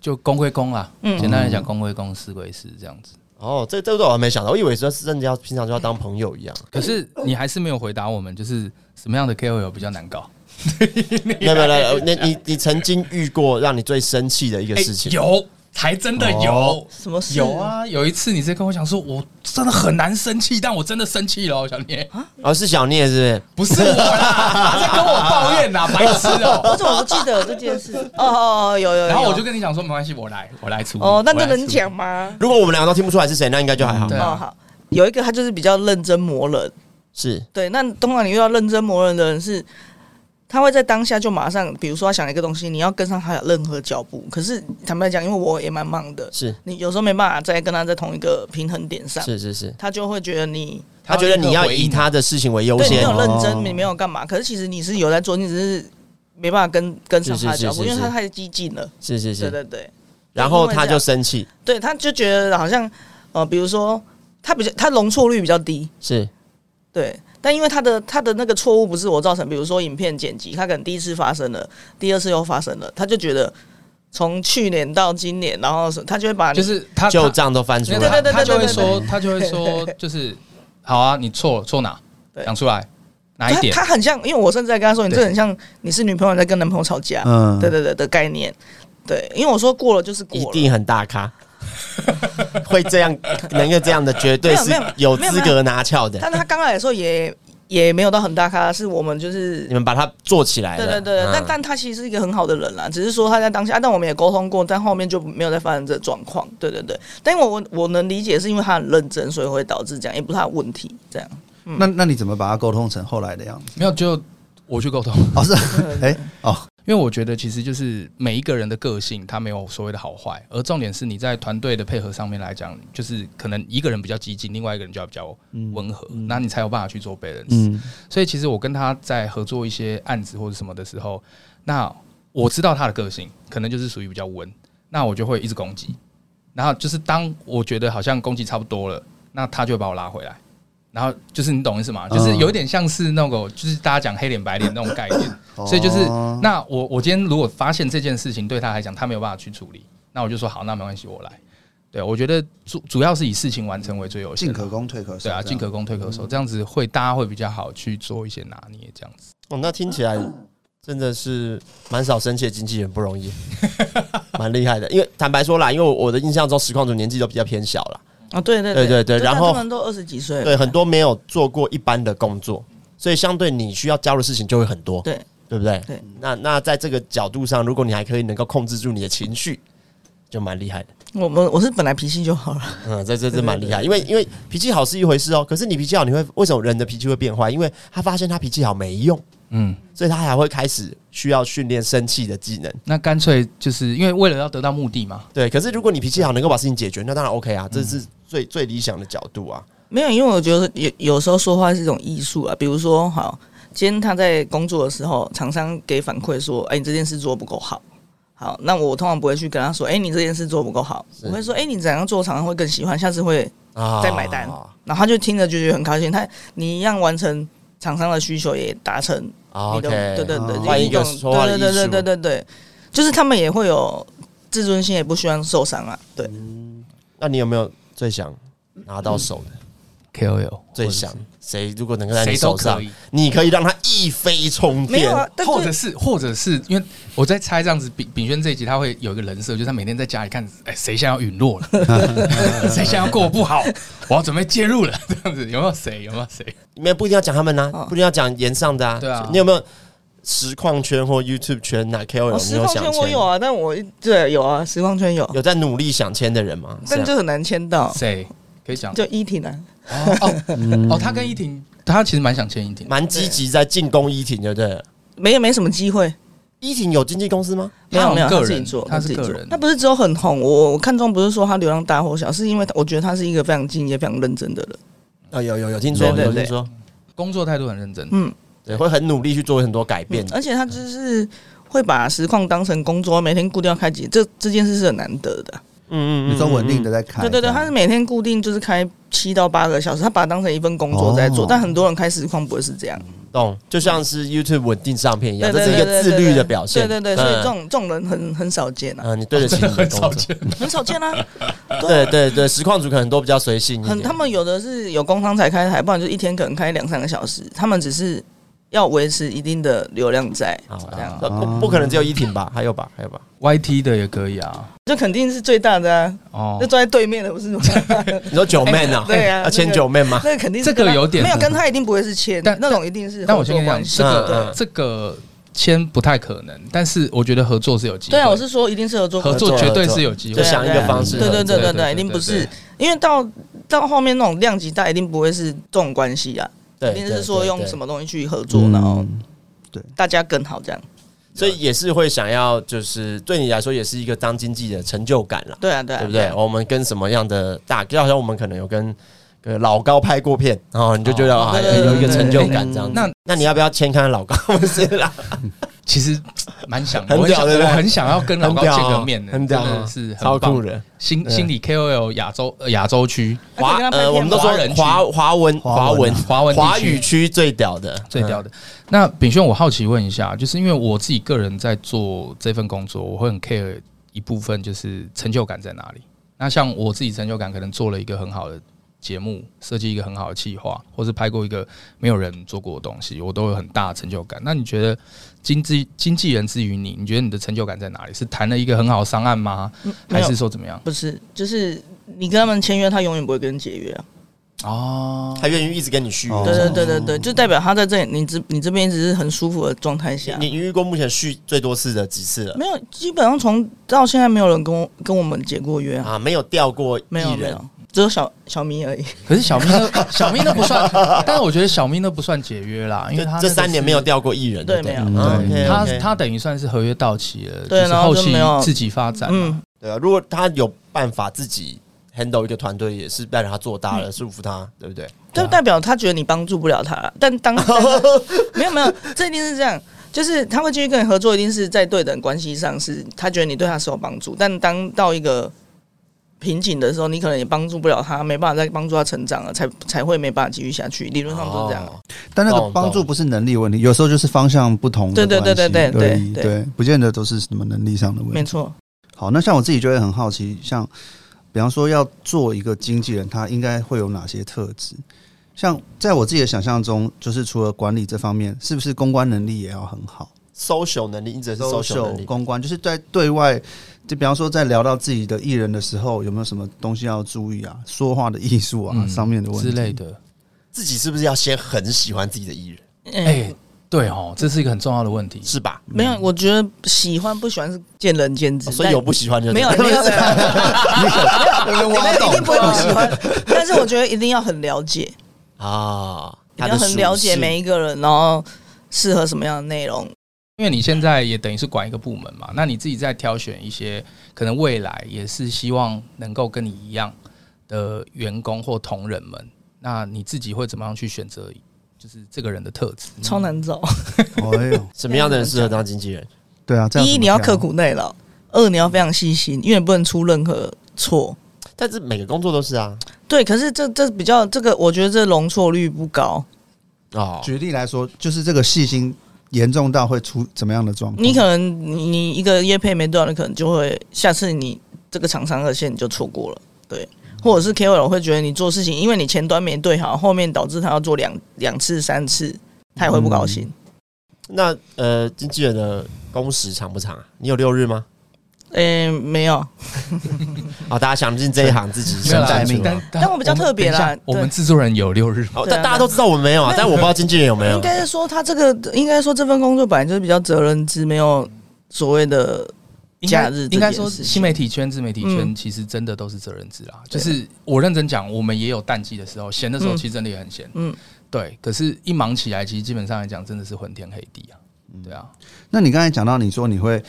Speaker 3: 就公归公啦，
Speaker 5: 嗯
Speaker 3: 简单来讲，公归公，私归私这样子。
Speaker 2: 哦，这这个我还没想到，我以为说是真的要平常就要当朋友一样。
Speaker 3: 可是你还是没有回答我们，就是什么样的 KOL 比较难搞？
Speaker 2: (laughs) 没有没有没有，你你你曾经遇过让你最生气的一个
Speaker 6: 哎
Speaker 2: 事情？
Speaker 6: 有，还真的
Speaker 3: 哦
Speaker 6: 有。
Speaker 5: 什么事？
Speaker 6: 有，啊，有一次你在跟我讲说，我真的很难生气，但我真的生气
Speaker 5: 啊
Speaker 6: 了，小聂，
Speaker 2: 哦，是小聂是不是？
Speaker 6: 不是我
Speaker 5: (laughs)
Speaker 6: 啦，他在跟我抱怨啦，白痴哦、
Speaker 5: 我怎么不记得这件事？哦哦哦，有有有。
Speaker 6: 然后我就跟你讲说，没关系，我来，我来出。
Speaker 5: 哦，那这
Speaker 6: 我来
Speaker 5: 能
Speaker 6: 处理？
Speaker 5: 讲吗？
Speaker 2: 如果我们两个都听不出来是谁，那应该就还好。
Speaker 3: 对
Speaker 5: 哦
Speaker 3: 啊
Speaker 5: 好，有一个他就是比较认真磨人，
Speaker 2: 是
Speaker 5: 对，那通常你遇到认真磨人的人是，他会在当下就马上，比如说他想了一个东西，你要跟上他的任何脚步。可是坦白讲，因为我也蛮忙的，
Speaker 2: 是
Speaker 5: 你有时候没办法再跟他在同一个平衡点上，
Speaker 2: 是是是，
Speaker 5: 他就会觉得你
Speaker 2: 他觉得你要以他的事情为优
Speaker 5: 对你没
Speaker 2: 先
Speaker 5: 有。认
Speaker 4: 哦
Speaker 5: 真，你没有干嘛。可是其实你是有在做，你只是没办法跟跟上
Speaker 2: 是是
Speaker 5: 他的脚
Speaker 2: 是
Speaker 5: 步，
Speaker 2: 是
Speaker 5: 因为
Speaker 2: 是
Speaker 5: 他太激进了。
Speaker 2: 是是
Speaker 5: 对
Speaker 2: 是，
Speaker 5: 对对，
Speaker 2: 然后他就生气。
Speaker 5: 对他就觉得好像呃，比如说他比较他容错率比较低，
Speaker 2: 是
Speaker 5: 对。但因为他的他的那个错误不是我造成，比如说影片剪辑，他可能第一次发生了，第二次又发生了，他就觉得从去年到今年，然后是他就会把你
Speaker 3: 就是他
Speaker 2: 旧
Speaker 3: 他
Speaker 2: 账都翻出
Speaker 3: 对
Speaker 5: 对
Speaker 3: 对
Speaker 5: 对
Speaker 2: 来。
Speaker 3: 对，
Speaker 5: 对
Speaker 3: 他就会
Speaker 5: 对对
Speaker 3: 说，他就会说，就是好啊，你错了错哪？
Speaker 5: 对
Speaker 3: 讲出来哪一
Speaker 5: 他
Speaker 3: 点？
Speaker 5: 他很像，因为我甚至在跟他说，你这
Speaker 3: 对
Speaker 5: 很像你是女朋友在跟男朋友吵架，
Speaker 4: 嗯
Speaker 5: 对对对的概念。对，因为我说过了就是过
Speaker 2: 一
Speaker 5: 了，
Speaker 2: 定很大
Speaker 5: (laughs)
Speaker 2: 咖，会这样能够这样的，绝对是
Speaker 5: 没有没有
Speaker 2: 有
Speaker 5: 没有
Speaker 2: 资格拿翘的。
Speaker 5: 但他刚来的时候也也没有到很大咖，是我们就是
Speaker 2: 你们把它做起来了。
Speaker 5: 对对对，
Speaker 2: 嗯
Speaker 5: 但但他其实是一个很好的人啦，只是说他在当下，啊但我们也沟通过，但后面就没有再发生这状况。对对对，但因为我我能理解，是因为他很认真，所以会导致这样，也不是他的问题。这样，
Speaker 4: 那那你怎么把它沟通成后来的样子？
Speaker 3: 没有就我去沟通，
Speaker 4: 哦，是， (laughs) 哎，哦，
Speaker 3: 因为我觉得其实就是每一个人的个性，他没有所谓的好坏，而重点是你在团队的配合上面来讲，就是可能一个人比较激进，另外一个人就要比较温和，那你才有办法去做 balance。
Speaker 4: 嗯，
Speaker 3: 所以其实我跟他在合作一些案子或者什么的时候，那我知道他的个性可能就是属于比较温，那我就会一直攻击。然后就是当我觉得好像攻击差不多了，那他就会把我拉回来。然后就是你懂意思吗？就是有点像是那个，就是大家讲黑脸白脸那种概念。所以就是
Speaker 4: 哦
Speaker 3: 那我我今天如果发现这件事情对他来讲他没有办法去处理，那我就说好，那没关系，我来。对我觉得主主要是以事情完成为最优先
Speaker 4: 进
Speaker 3: 的。
Speaker 4: 可攻退可守这
Speaker 3: 对啊，
Speaker 4: 样，
Speaker 3: 进可攻退可守，这样子会大家会比较好去做一些拿捏，这样子。
Speaker 2: 哦，那听起来真的是蛮少生气的经纪人不容易， (laughs) 蛮厉害的。因为坦白说啦，因为我我的印象中实况组年纪都比较偏小啦，
Speaker 5: 啊，对对
Speaker 2: 哦对对对
Speaker 5: 就
Speaker 2: 然
Speaker 5: 他
Speaker 2: 后
Speaker 5: 他们都二十几岁了，
Speaker 2: 对，很多没有做过一般的工作，所以相对你需要教的事情就会很多，
Speaker 5: 对
Speaker 2: 对不对？
Speaker 5: 对。
Speaker 2: 那那在这个角度上，如果你还可以能够控制住你的情绪，就蛮厉害的。
Speaker 5: 我们我是本来脾气就好了， (laughs)
Speaker 2: 嗯，这这这蛮厉害，因为因为脾气好是一回事哦，可是你脾气好，你会为什么人的脾气会变坏？因为他发现他脾气好没用，
Speaker 3: 嗯，
Speaker 2: 所以他还会开始需要训练生气的技能。
Speaker 3: 那干脆就是因为为了要得到目的嘛，
Speaker 2: 对，可是如果你脾气好，能够把事情解决，那当然 OK 啊，这
Speaker 5: 嗯
Speaker 2: 是最、最理想的角度啊。
Speaker 5: 没有，因为我觉得有有时候说话是一种艺术啊，比如说好。今天他在工作的时候，厂商给反馈说：“哎、你这件事做得不够好。”好，那我通常不会去跟他说：“哎、你这件事做得不够好。”我会说：“哎、你怎样做，厂商会更喜欢，下次会
Speaker 2: 啊
Speaker 5: 再买单然后他就听着就觉得很开心，他你一样完成厂商的需求，也达成你的
Speaker 2: OK，
Speaker 5: 对对对，
Speaker 4: 哦
Speaker 2: 换一个
Speaker 5: 就是你
Speaker 2: 说话的
Speaker 5: 对对
Speaker 2: 艺术
Speaker 5: 对对对对，就是他们也会有自尊心，也不希望受伤啊。对，
Speaker 2: 嗯那你有没有最想拿到手
Speaker 5: 嗯
Speaker 2: 的？
Speaker 3: KOL
Speaker 2: 最想谁？如果能够在你
Speaker 3: 谁都
Speaker 2: 手
Speaker 3: 可
Speaker 2: 上
Speaker 3: 以，，
Speaker 2: 你可以让他一飞冲
Speaker 5: 没
Speaker 2: 天
Speaker 5: 有。啊，但
Speaker 3: 或者
Speaker 5: 是
Speaker 3: 是或者是因为我在猜这样子，炳炳轩这一集他会有一个人设，就是他每天在家里看，哎，谁现在要陨落了，谁现在要过不好，我要准备介入了，这样子有没有谁？有没有谁？
Speaker 2: 没有不一定要讲他们呐、
Speaker 5: 哦
Speaker 2: 不一定要讲言上的啊。
Speaker 3: 对啊
Speaker 2: 你有没有实况圈或 YouTube 圈哪 KOL？、
Speaker 5: 哦，
Speaker 2: 你
Speaker 5: 实
Speaker 2: 有
Speaker 5: 况
Speaker 2: 想
Speaker 5: 圈我
Speaker 2: 签
Speaker 5: 有啊，但我对有啊，实况圈有，
Speaker 2: 有在努力想签的人吗？啊
Speaker 5: 但
Speaker 2: 这
Speaker 5: 就很难签到，
Speaker 3: 谁可以讲？
Speaker 5: 就依婷啊，
Speaker 3: 哦哦哦，他跟依婷，他其实蛮想签依婷
Speaker 2: 样，蛮积极在进攻依婷，对不对？
Speaker 5: 没有没什么机会。
Speaker 2: 依婷有经纪公司吗？
Speaker 5: 没有没有，
Speaker 3: 他
Speaker 5: 他
Speaker 3: 很
Speaker 5: 自
Speaker 3: 个人
Speaker 5: 己做，
Speaker 3: 他是
Speaker 5: 自己做
Speaker 3: 个人
Speaker 5: 他不是只有很红。我我看中不是说他流量大或小，是因为我觉得他是一个非常敬业、非常认真的人。
Speaker 2: 啊、有有有听说，
Speaker 5: 对对
Speaker 2: 有听
Speaker 5: 对
Speaker 2: 说，
Speaker 3: 工作态度很
Speaker 2: (laughs)
Speaker 3: 认真，
Speaker 5: 嗯，
Speaker 2: 对，会很努力去做很多改变
Speaker 5: 嗯。而且他就是会把实况当成工作，每天固定要开几，这这件事是很难得的。
Speaker 2: 嗯
Speaker 4: 你说稳定的在
Speaker 2: 哎
Speaker 4: 开，
Speaker 5: 对
Speaker 2: 啊
Speaker 5: 对对，他是每天固定就是开七到八个小时，他把它当成一份工作在做。
Speaker 4: 哦
Speaker 5: 但很多人开实况不会是这样，
Speaker 2: 懂，就像是 YouTube 稳定上片一样，
Speaker 5: 对
Speaker 2: 嗯这是
Speaker 5: 对
Speaker 2: 一
Speaker 5: 对
Speaker 2: 个
Speaker 5: 对
Speaker 2: 自
Speaker 5: 对
Speaker 2: 律的
Speaker 5: 对
Speaker 2: 表现。
Speaker 5: 对对对，所以
Speaker 2: 嗯
Speaker 5: 这种这种人很很少见啊，
Speaker 2: 嗯，你对得起
Speaker 3: 真
Speaker 2: 你
Speaker 3: 的
Speaker 2: 的
Speaker 3: 很
Speaker 2: 工
Speaker 3: 少
Speaker 2: 作。
Speaker 3: 见。
Speaker 5: 很
Speaker 2: (laughs)
Speaker 5: 少见啊。
Speaker 2: 对对对，实况组可能都比较随性一
Speaker 5: 很，
Speaker 2: 点。
Speaker 5: 他们有的是有工商才开台，不然就一天可能开两三个小时。他们只是要维持一定的流量在，
Speaker 2: 好
Speaker 5: 这样
Speaker 2: 啊不不可能只有依婷吧？还有吧？还有吧？
Speaker 3: YT 的也可以啊，
Speaker 5: 这肯定是最大的啊。
Speaker 3: 哦
Speaker 5: 那，坐在对面的不是吗？
Speaker 2: 你说九妹呢？
Speaker 5: (laughs) 对啊
Speaker 2: (laughs) 要签
Speaker 5: 那个
Speaker 2: 九妹吗？
Speaker 5: (laughs) 那肯定是
Speaker 3: 这个
Speaker 5: 跟他
Speaker 3: 有点
Speaker 5: 没有跟他一定不会是签，
Speaker 3: 但
Speaker 5: 那种一定是
Speaker 3: 但我
Speaker 5: 合
Speaker 3: 先
Speaker 5: 作
Speaker 3: 跟你讲，
Speaker 5: 关系。
Speaker 3: 这
Speaker 2: 嗯嗯
Speaker 3: 个这个签不太可能，但是我觉得合作是有机会。
Speaker 5: 对啊，我是说一定是合作
Speaker 3: 合
Speaker 5: 关系
Speaker 3: 作绝对是有机
Speaker 2: 就
Speaker 3: 会
Speaker 5: 对啊。
Speaker 2: 想一个方式。
Speaker 5: 对对对
Speaker 3: 对
Speaker 5: 对
Speaker 3: 对
Speaker 5: 对，一定不
Speaker 3: 对
Speaker 5: 是
Speaker 3: 对
Speaker 5: 因为到到后面那种量级大，一定不会是这种关系啊，
Speaker 2: 对，
Speaker 5: 一定是说用什
Speaker 2: 么？
Speaker 5: 么东西去合作，然后
Speaker 4: 嗯
Speaker 5: 大家更好这样。
Speaker 2: 所以也是会想要，就是对你来说也是一个当经纪的成就感啦，
Speaker 5: 对啊，对啊，
Speaker 2: 对不对？？我们跟什么样的大，就好像我们可能有跟。跟老高拍过片，然后你就觉得啊，
Speaker 5: 哦对对对
Speaker 2: 有一个
Speaker 5: 对
Speaker 2: 成就
Speaker 5: 对
Speaker 2: 感
Speaker 5: 对
Speaker 2: 这样子。
Speaker 3: 哦那
Speaker 2: 那你要不要签看老高？ (laughs) 不是啦，
Speaker 3: 其实
Speaker 2: (laughs)
Speaker 3: 蛮想，
Speaker 2: 很
Speaker 3: 我
Speaker 2: 屌
Speaker 3: 想
Speaker 2: 对不
Speaker 3: 我
Speaker 2: 对
Speaker 3: 很想要跟 (laughs) 老
Speaker 2: 很
Speaker 3: 高
Speaker 2: 屌
Speaker 3: 见
Speaker 2: 哦
Speaker 3: 个面的，
Speaker 2: 很屌
Speaker 3: 真
Speaker 2: 哦
Speaker 3: 的是很
Speaker 2: 超
Speaker 3: 棒
Speaker 2: 酷。的。
Speaker 3: 新
Speaker 2: 对
Speaker 3: 心理 KOL 亚洲呃亚洲区
Speaker 2: 华
Speaker 5: 还可以跟他拍
Speaker 2: 呃，
Speaker 5: 片
Speaker 2: 我们都说
Speaker 3: 华人区
Speaker 2: 华华文华
Speaker 4: 华文
Speaker 2: 文
Speaker 4: 啊
Speaker 3: 华文地
Speaker 2: 华
Speaker 3: 区
Speaker 2: 语区最屌的，
Speaker 3: 最屌的。那炳轩，我好奇问一下，就是因为我自己个人在做这份工作，我会很 care 一部分就是成就感在哪里。那像我自己成就感，可能做了一个很好的节目，设计一个很好的企划，或是拍过一个没有人做过的东西，我都有很大的成就感。那你觉得经纪经纪人之于你，你觉得你的成就感在哪里？是谈了一个很好的商案吗？
Speaker 2: 嗯
Speaker 5: 没
Speaker 3: 还
Speaker 5: 有
Speaker 3: 是说怎么样？
Speaker 5: 不是，就是你跟他们签约，他永远不会跟你解约
Speaker 3: 哦
Speaker 5: 啊。
Speaker 2: 嗯，他愿意一直跟你续约。
Speaker 4: 哦
Speaker 5: 对对对对对，就代表他在这里，你这你这边一直是很舒服的状态下。
Speaker 2: 你你遇过目前续最多次的几次了
Speaker 5: 没有，基本上从到现在没有人跟我跟我们解过约啊，
Speaker 2: 啊？没有掉过艺
Speaker 5: 没有没
Speaker 2: 人
Speaker 5: 有，只有小小咪而已。
Speaker 3: 可是小咪那小咪那不算， (laughs) 但是我觉得小咪那不算解约啦，因为
Speaker 2: 就
Speaker 3: 他那
Speaker 2: 这
Speaker 3: 个
Speaker 2: 三年
Speaker 3: 是
Speaker 2: 没有掉过艺人，
Speaker 5: 对
Speaker 2: 不对
Speaker 5: 没有
Speaker 2: 啊
Speaker 3: 对，
Speaker 2: OK，OK
Speaker 3: 他他等于算是合约到期了，
Speaker 5: 嗯对
Speaker 3: 就是
Speaker 5: 然后
Speaker 3: 后
Speaker 5: 就
Speaker 3: 期
Speaker 5: 没有
Speaker 3: 自己发展。
Speaker 5: 嗯，
Speaker 2: 对啊，如果他有办法自己 handle 一个团队，也是带着他做大了，束缚他，对不对？
Speaker 5: 就代表他觉得你帮助不了他啦，但当但 (laughs) 没有没有，这一定是这样，就是他会继续跟你合作，一定是在对等关系上，是他觉得你对他是有帮助，但当到一个瓶颈的时候，你可能也帮助不了他，没办法再帮助他成长了，才才会没办法继续下去。理论上都是这样，
Speaker 2: 哦
Speaker 4: 但那个
Speaker 2: 懂
Speaker 4: 帮
Speaker 2: 懂
Speaker 4: 助不是能力问题，有时候就是方向不同的
Speaker 5: 对对
Speaker 4: 关
Speaker 5: 对
Speaker 4: 系
Speaker 5: 对对
Speaker 4: 而已
Speaker 5: 对
Speaker 4: 对，不见得都是什么能力上的问
Speaker 5: 没
Speaker 4: 题。
Speaker 5: 错，
Speaker 4: 好，那像我自己就会很好奇，像比方说要做一个经纪人，他应该会有哪些特质？像在我自己的想象中，就是除了管理这方面，是不是公关能力也要很好？
Speaker 2: ，social 能力一直是 social 能
Speaker 4: social
Speaker 2: 力。
Speaker 4: 公关，就是在对外，就比方说在聊到自己的艺人的时候，有没有什么东西要注意啊？说话的艺术啊，
Speaker 3: 嗯
Speaker 4: 上面的问题
Speaker 3: 之类。的，
Speaker 2: 自己是不是要先很喜欢自己的艺人，
Speaker 5: 哎、
Speaker 3: 哎，对哦，这是一个很重要的问题。
Speaker 2: 是吧？哦
Speaker 5: 没有，我觉得喜欢不喜欢是见仁见智，
Speaker 2: 所 (laughs) 以有不喜欢就
Speaker 5: 但没有没有。没有
Speaker 4: 挖
Speaker 5: 一定不会不喜欢，但是我觉得一定要很了解，
Speaker 2: 啊，
Speaker 5: 一
Speaker 2: 他的
Speaker 5: 定要很了解
Speaker 2: 属性
Speaker 5: 每一个人，然后适合什么样的内容，
Speaker 3: 因为你现在也等于是管一个部门嘛，那你自己在挑选一些可能未来也是希望能够跟你一样的员工或同仁们，那你自己会怎么样去选择？就是这个人的特
Speaker 4: 嗯
Speaker 3: 质，
Speaker 5: 超难找。
Speaker 4: 哎呦，
Speaker 2: 什么样的人适合当经纪人？
Speaker 4: 对啊，这样
Speaker 5: 第一，
Speaker 4: 怎么
Speaker 5: 你要
Speaker 4: 挑
Speaker 5: 刻苦耐劳；二，你要非常细心，因为你不能出任何错。
Speaker 2: 但是每个工作都是啊，
Speaker 5: 对，可是这这比较这个，我觉得这容错率不高。
Speaker 2: 哦，
Speaker 4: 举例来说，就是这个细心严重到会出怎么样的状况？
Speaker 5: 你可能你你一个业配没多少，你可能就会下次你这个厂商二线你就错过了，对。或者是 KOL 会觉得你做事情，因为你前端没对好，后面导致他要做两两次、三次，他也会不高兴。
Speaker 2: 那呃，经纪人的工时长不长啊？你有六日吗？
Speaker 4: 嗯
Speaker 5: 诶、没有，
Speaker 2: 啊，大家想进这一行自己
Speaker 3: 没有
Speaker 2: 想
Speaker 3: 啦
Speaker 2: 清楚啊。
Speaker 3: 但
Speaker 5: 但我比较特别啦
Speaker 3: 等一下我
Speaker 5: 对
Speaker 3: 们制作人有六日
Speaker 2: 哦，
Speaker 5: 对啊
Speaker 2: 但大家都知道我没有啊，但我不知道经纪人有没有
Speaker 5: 应。该是说他这个，应该说这份工作本来就是比较责任制，没有所谓的
Speaker 3: 应该
Speaker 5: 假日这
Speaker 3: 应该
Speaker 5: 件
Speaker 3: 说，
Speaker 5: 事情
Speaker 3: 新媒体圈、自媒体圈
Speaker 5: 嗯
Speaker 3: 其实真的都是责任制啦。就
Speaker 5: 对
Speaker 3: 是我认真讲，我们也有淡季的时候，闲的时候
Speaker 5: 嗯
Speaker 3: 其实真的也很闲。
Speaker 5: 嗯
Speaker 3: 对，可是一忙
Speaker 4: 嗯
Speaker 3: 起来，其实基本上来讲，真的是昏天黑地啊。对啊，
Speaker 4: 那你刚才讲到，你说你会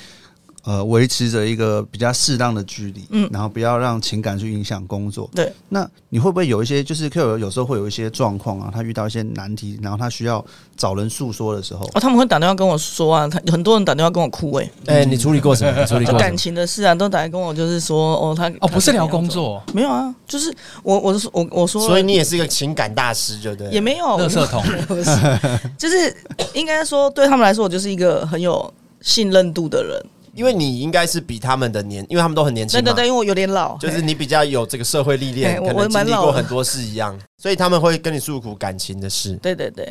Speaker 4: 呃维持着一个比较适当的距离，
Speaker 5: 嗯
Speaker 4: 然后不要让情感去影响工作。
Speaker 5: 对，
Speaker 4: 那你会不会有一些就是 Q 友有时候会有一些状况啊，他遇到一些难题，然后他需要找人诉说的时候，
Speaker 5: 哦，他们会打电话跟我说啊，他很多人打电话跟我哭哎、
Speaker 2: 哎，你处理过什
Speaker 3: (laughs)
Speaker 2: 么？你处理过什
Speaker 5: 感
Speaker 2: 么？
Speaker 5: 情的事啊，都打来跟我就是说哦，他
Speaker 3: 哦，不是聊工，作，
Speaker 5: 他没有啊，就是我我是我我说了
Speaker 2: 所以你也是一个情感大师，就对了。
Speaker 5: 也没有
Speaker 3: 垃，圾桶，
Speaker 5: (laughs) 不是，就是应该说对他们来说，我就是一个很有信任度的人。
Speaker 2: 因为你应该是比他们的年，因为他们都很年轻嘛，
Speaker 5: 对对对，因为我有点老，
Speaker 2: 就是你比较有这个社会历练，
Speaker 5: 哎
Speaker 2: 可
Speaker 5: 我
Speaker 2: 能
Speaker 5: 我
Speaker 2: 经
Speaker 5: 蛮
Speaker 2: 历
Speaker 5: 老
Speaker 2: 过
Speaker 5: 了
Speaker 2: 很多事一样， (laughs) 所以他们会跟你诉苦感情的事，
Speaker 5: 对对对，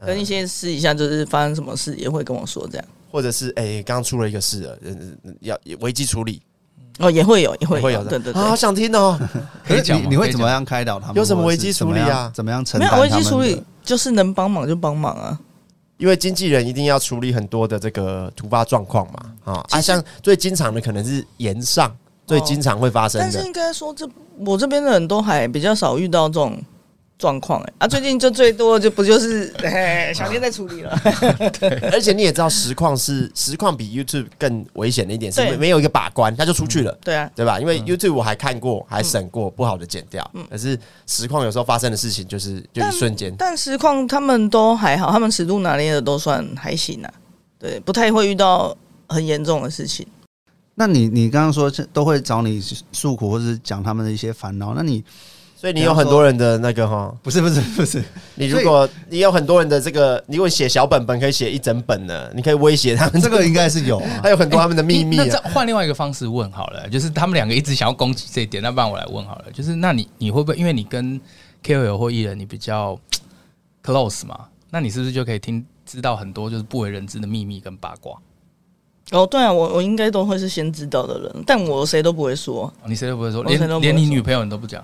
Speaker 2: 嗯
Speaker 5: (laughs) 跟一些私底下就是发生什么事也会跟我说这样，
Speaker 2: 或者是哎，刚、出了一个事了，嗯嗯要危机处理，
Speaker 5: 哦也会有也会
Speaker 2: 会有的。
Speaker 5: 对对对
Speaker 2: 啊，。好想听
Speaker 5: (laughs)
Speaker 2: 哦。
Speaker 3: 可以讲吗
Speaker 4: 你你
Speaker 3: 可
Speaker 4: 会
Speaker 3: 以
Speaker 4: 怎么样开导他们？
Speaker 2: 有什么
Speaker 4: 或者
Speaker 2: 危
Speaker 4: 是
Speaker 2: 机
Speaker 4: 怎
Speaker 2: 处
Speaker 4: 么
Speaker 2: 理啊
Speaker 4: 样怎么样承
Speaker 5: 没
Speaker 4: 担
Speaker 5: 有
Speaker 4: 他
Speaker 5: 危
Speaker 4: 们的？
Speaker 5: 机处理，就是能帮忙就帮忙啊。
Speaker 2: 因为经纪人一定要处理很多的这个突发状况嘛，啊，啊，像最经常的可能是延上，最经常会发生
Speaker 5: 但
Speaker 2: 的 (laughs)
Speaker 5: 是。应该说这我这边的人都还比较少遇到这种状况哎啊，最近就最多就不
Speaker 4: (laughs)
Speaker 5: 就是哎小天在处理了，
Speaker 2: 而且你也知道，实况是实况比 YouTube 更危险的一点是
Speaker 5: 对
Speaker 2: 没没有一个把关，他就出去了。
Speaker 5: 对啊，
Speaker 2: 对吧？因为 YouTube 我还看过，还审过不好的剪掉，可是实况有时候发生的事情就是就一瞬间，
Speaker 5: 但实况他们都还好，他们尺度拿捏的都算还行啊，对，不太会遇到很严重的事情。
Speaker 4: 那你你刚刚说是都会找你诉苦，或是讲他们的一些烦恼，那你
Speaker 2: 所以你有很多人的那个哈，
Speaker 4: 不是不是不是，
Speaker 2: 你如果你有很多人的这个，你如果写小本本可以写一整本的，你可以威胁他们，
Speaker 4: 这个应该是有啊
Speaker 2: (laughs) 还。有很多他们的秘密
Speaker 3: 那这
Speaker 2: 啊。
Speaker 3: 样换另外一个方式问好了，就是他们两个一直想要攻击这一点，那不然我来问好了，就是那你你会不会因为你跟 KOL 或艺人你比较 close 嘛？那你是不是就可以听知道很多就是不为人知的秘密跟八卦？
Speaker 5: 哦，对啊，我我应该都会是先知道的人，但我谁都不会说，
Speaker 3: 哦你谁都不会说，
Speaker 5: 我谁都
Speaker 3: 连
Speaker 5: 不会
Speaker 3: 连你
Speaker 5: 说
Speaker 3: 女朋友你都不讲，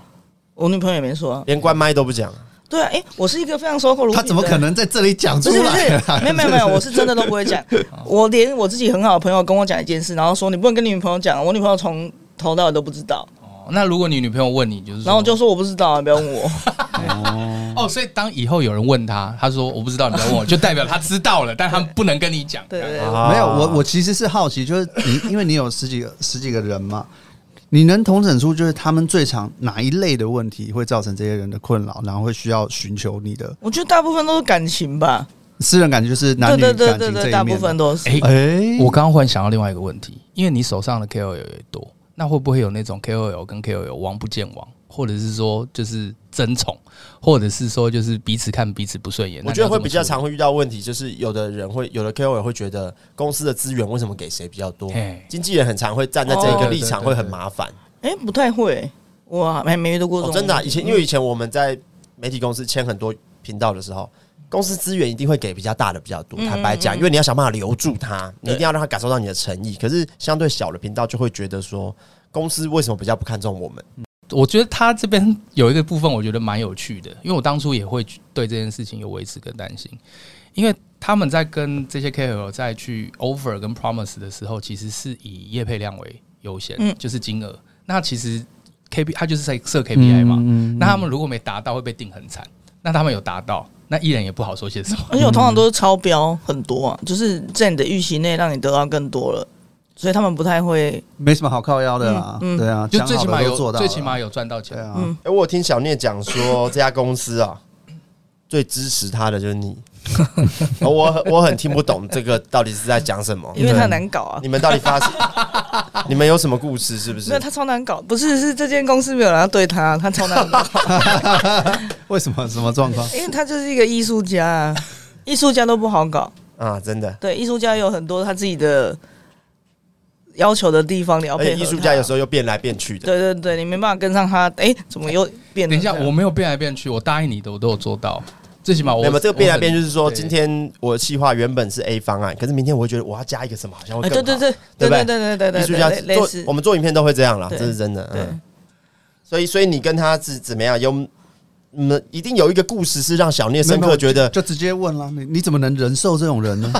Speaker 5: 我女朋友也没说啊、
Speaker 2: 连关麦都不讲，
Speaker 5: 对啊，哎、我是一个非常守口如瓶
Speaker 4: 他
Speaker 5: 的人啊
Speaker 4: 怎么可？能在这里 (laughs) 讲
Speaker 5: 不
Speaker 4: 出
Speaker 5: 是不
Speaker 4: 来啊、
Speaker 5: 是，没有没有没有，我是真的都不会讲。我连我自己很好的朋友跟我讲一件事，然后说你不能跟你女朋友讲，我女朋友从头到尾都不知道。
Speaker 3: 哦，那如果你女朋友问你，就是说
Speaker 5: 然后我就说我不知道啊，不要问我。
Speaker 3: 哦，所以当以后有人问他，他说我不知道，你不要问
Speaker 5: (laughs)
Speaker 3: 我，就代表他知道了，但他不能跟你讲。
Speaker 5: 对对对，
Speaker 2: 啊
Speaker 4: 没有，我我其实是好奇，就是你，因为你有十几个十几个人嘛，你能统整出就是他们最常哪一类的问题会造成这些人的困扰，然后会需要寻求你的
Speaker 5: 我觉得大部分都是感情吧，
Speaker 4: 私人感觉，就是男
Speaker 5: 对
Speaker 4: 女
Speaker 5: 对
Speaker 4: 感
Speaker 5: 对
Speaker 4: 情
Speaker 5: 对
Speaker 4: 这
Speaker 5: 对，
Speaker 4: 一
Speaker 5: 大部
Speaker 4: 面
Speaker 5: 分
Speaker 4: 嘛。
Speaker 5: 都是。
Speaker 3: 哎、
Speaker 4: 哎，
Speaker 3: 我刚刚忽然想到另外一个问题，因为你手上的 KOL 也多，那会不会有那种 KOL 跟 KOL 王不见王，或者是说就是争宠，或者是说就是彼此看彼此不顺眼？
Speaker 2: 我觉得会比较常
Speaker 3: 长。
Speaker 2: 会遇到问题，就是有的人会，有的 KOL 会觉得公司的资源为什么给谁比较多
Speaker 3: 嘿？
Speaker 2: 经纪人很常会站在这
Speaker 5: 哦
Speaker 2: 个
Speaker 5: 对
Speaker 2: 立
Speaker 3: 对
Speaker 2: 场，
Speaker 3: 对
Speaker 2: 会很
Speaker 3: 对
Speaker 2: 麻烦。
Speaker 5: 哎、不太会、我还没遇到过这
Speaker 2: 哦
Speaker 5: 种、
Speaker 2: 真的啊，以前因为以前我们在媒体公司签很多频道的时候，公司资源一定会给比较大的比较多。
Speaker 5: 嗯
Speaker 2: 坦白讲，因为你要想办法留住他，你一
Speaker 5: 对
Speaker 2: 定要让他感受到你的诚意。可是相对小的频道就会觉得说，公司为什么比较不看重我们？
Speaker 3: 我觉得他这边有一个部分，我觉得蛮有趣的，因为我当初也会对这件事情有维持跟担心，因为他们在跟这些 KOL 在去 over 跟 promise 的时候，其实是以业配量为优先，
Speaker 5: 嗯
Speaker 3: 就是金额。那其实 K P 他就是在设 K P I 嘛，
Speaker 4: 嗯
Speaker 3: 那他们如果没达到会被定很惨，那他们有达到，那艺人也不好说些什么。
Speaker 4: 嗯
Speaker 5: 而且我通常都是超标很多啊，就是在你的预期内让你得到更多了，所以他们不太会。
Speaker 4: 没什么好靠腰的啦，
Speaker 5: 嗯嗯
Speaker 4: 对
Speaker 3: (laughs)
Speaker 4: 啊，
Speaker 3: 就最起码
Speaker 4: 讲好的都
Speaker 3: 有
Speaker 4: 做到了，
Speaker 3: 最起码有赚到钱
Speaker 4: 对。啊，
Speaker 5: 嗯
Speaker 2: 哎、我有听小聂讲说，这家公司啊， (laughs) 最支持他的就是
Speaker 5: (laughs)
Speaker 2: 你。而我很我很听不懂这个到底是在讲什么。
Speaker 5: 因为他难搞啊
Speaker 2: 你。们到底发生？
Speaker 5: (laughs)
Speaker 2: 你们有什么故事？是不是
Speaker 5: 没有，？他超难搞，不是是这间公司没有人要对他，他超难搞，
Speaker 4: 为什么什么状况？
Speaker 5: 因为他就是一个艺术家啊，艺术家都不好搞。
Speaker 2: 啊，真的。
Speaker 5: 对，艺术家有很多他自己的要求的地方，你要
Speaker 2: 而
Speaker 5: 配
Speaker 2: 且
Speaker 5: 合
Speaker 2: 哎艺术家有时
Speaker 5: 候，
Speaker 2: 候又变来变去的。
Speaker 5: 对对对，你没办法跟上他，哎，怎么又变了
Speaker 3: 等一
Speaker 5: 这
Speaker 3: 下，
Speaker 5: 样？
Speaker 3: 我没有变来变去，我答应你的我都有做到，最起码
Speaker 5: 哦
Speaker 3: 我
Speaker 2: 那么这个变来变去是说，
Speaker 3: 对
Speaker 2: 今天我的计划原本是 A 方案，可是明天我会觉得我要加一个什么，好像会
Speaker 5: 哎，
Speaker 2: 更好。
Speaker 5: 对对
Speaker 2: 对
Speaker 5: 对对
Speaker 2: 不对
Speaker 5: 对对对对对，
Speaker 2: 艺术家
Speaker 5: 类类
Speaker 2: 做
Speaker 5: 似
Speaker 2: 我，们做影片都会这样啦，这
Speaker 5: 对
Speaker 2: 是真的。
Speaker 5: 对
Speaker 2: 嗯，所以所以你跟他是怎么样？有嗯，一定有一个故事是让小聂深
Speaker 4: 没有
Speaker 2: 刻觉得
Speaker 4: 就直接问啦，你你怎么能忍受这种人
Speaker 5: (laughs)
Speaker 4: 呢？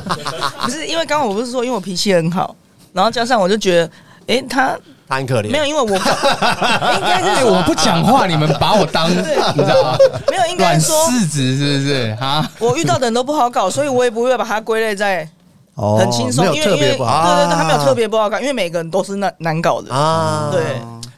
Speaker 5: 不是因为刚刚我不是说，因为我脾气很好，然后加上我就觉得，哎，他
Speaker 2: 他很可怜。
Speaker 5: 没有，因为我应该
Speaker 3: (laughs) 哎、
Speaker 5: 是
Speaker 3: 我不讲话，你们把我
Speaker 5: (laughs)
Speaker 3: 当你知道吗？
Speaker 5: 没有，应该
Speaker 3: 软
Speaker 5: 说
Speaker 3: 柿子是不是？哈，啊
Speaker 5: 我遇到的人都不好搞，所以我也不会把它归类在
Speaker 4: 哦，
Speaker 5: 很轻松，
Speaker 4: 没有
Speaker 5: 因为
Speaker 4: 特
Speaker 5: 因为
Speaker 4: 别
Speaker 5: 对对
Speaker 4: 不
Speaker 5: 对，
Speaker 4: 好，
Speaker 5: 他没有特别不好看，因为每个人都是难难搞的，
Speaker 2: 啊，
Speaker 5: 对，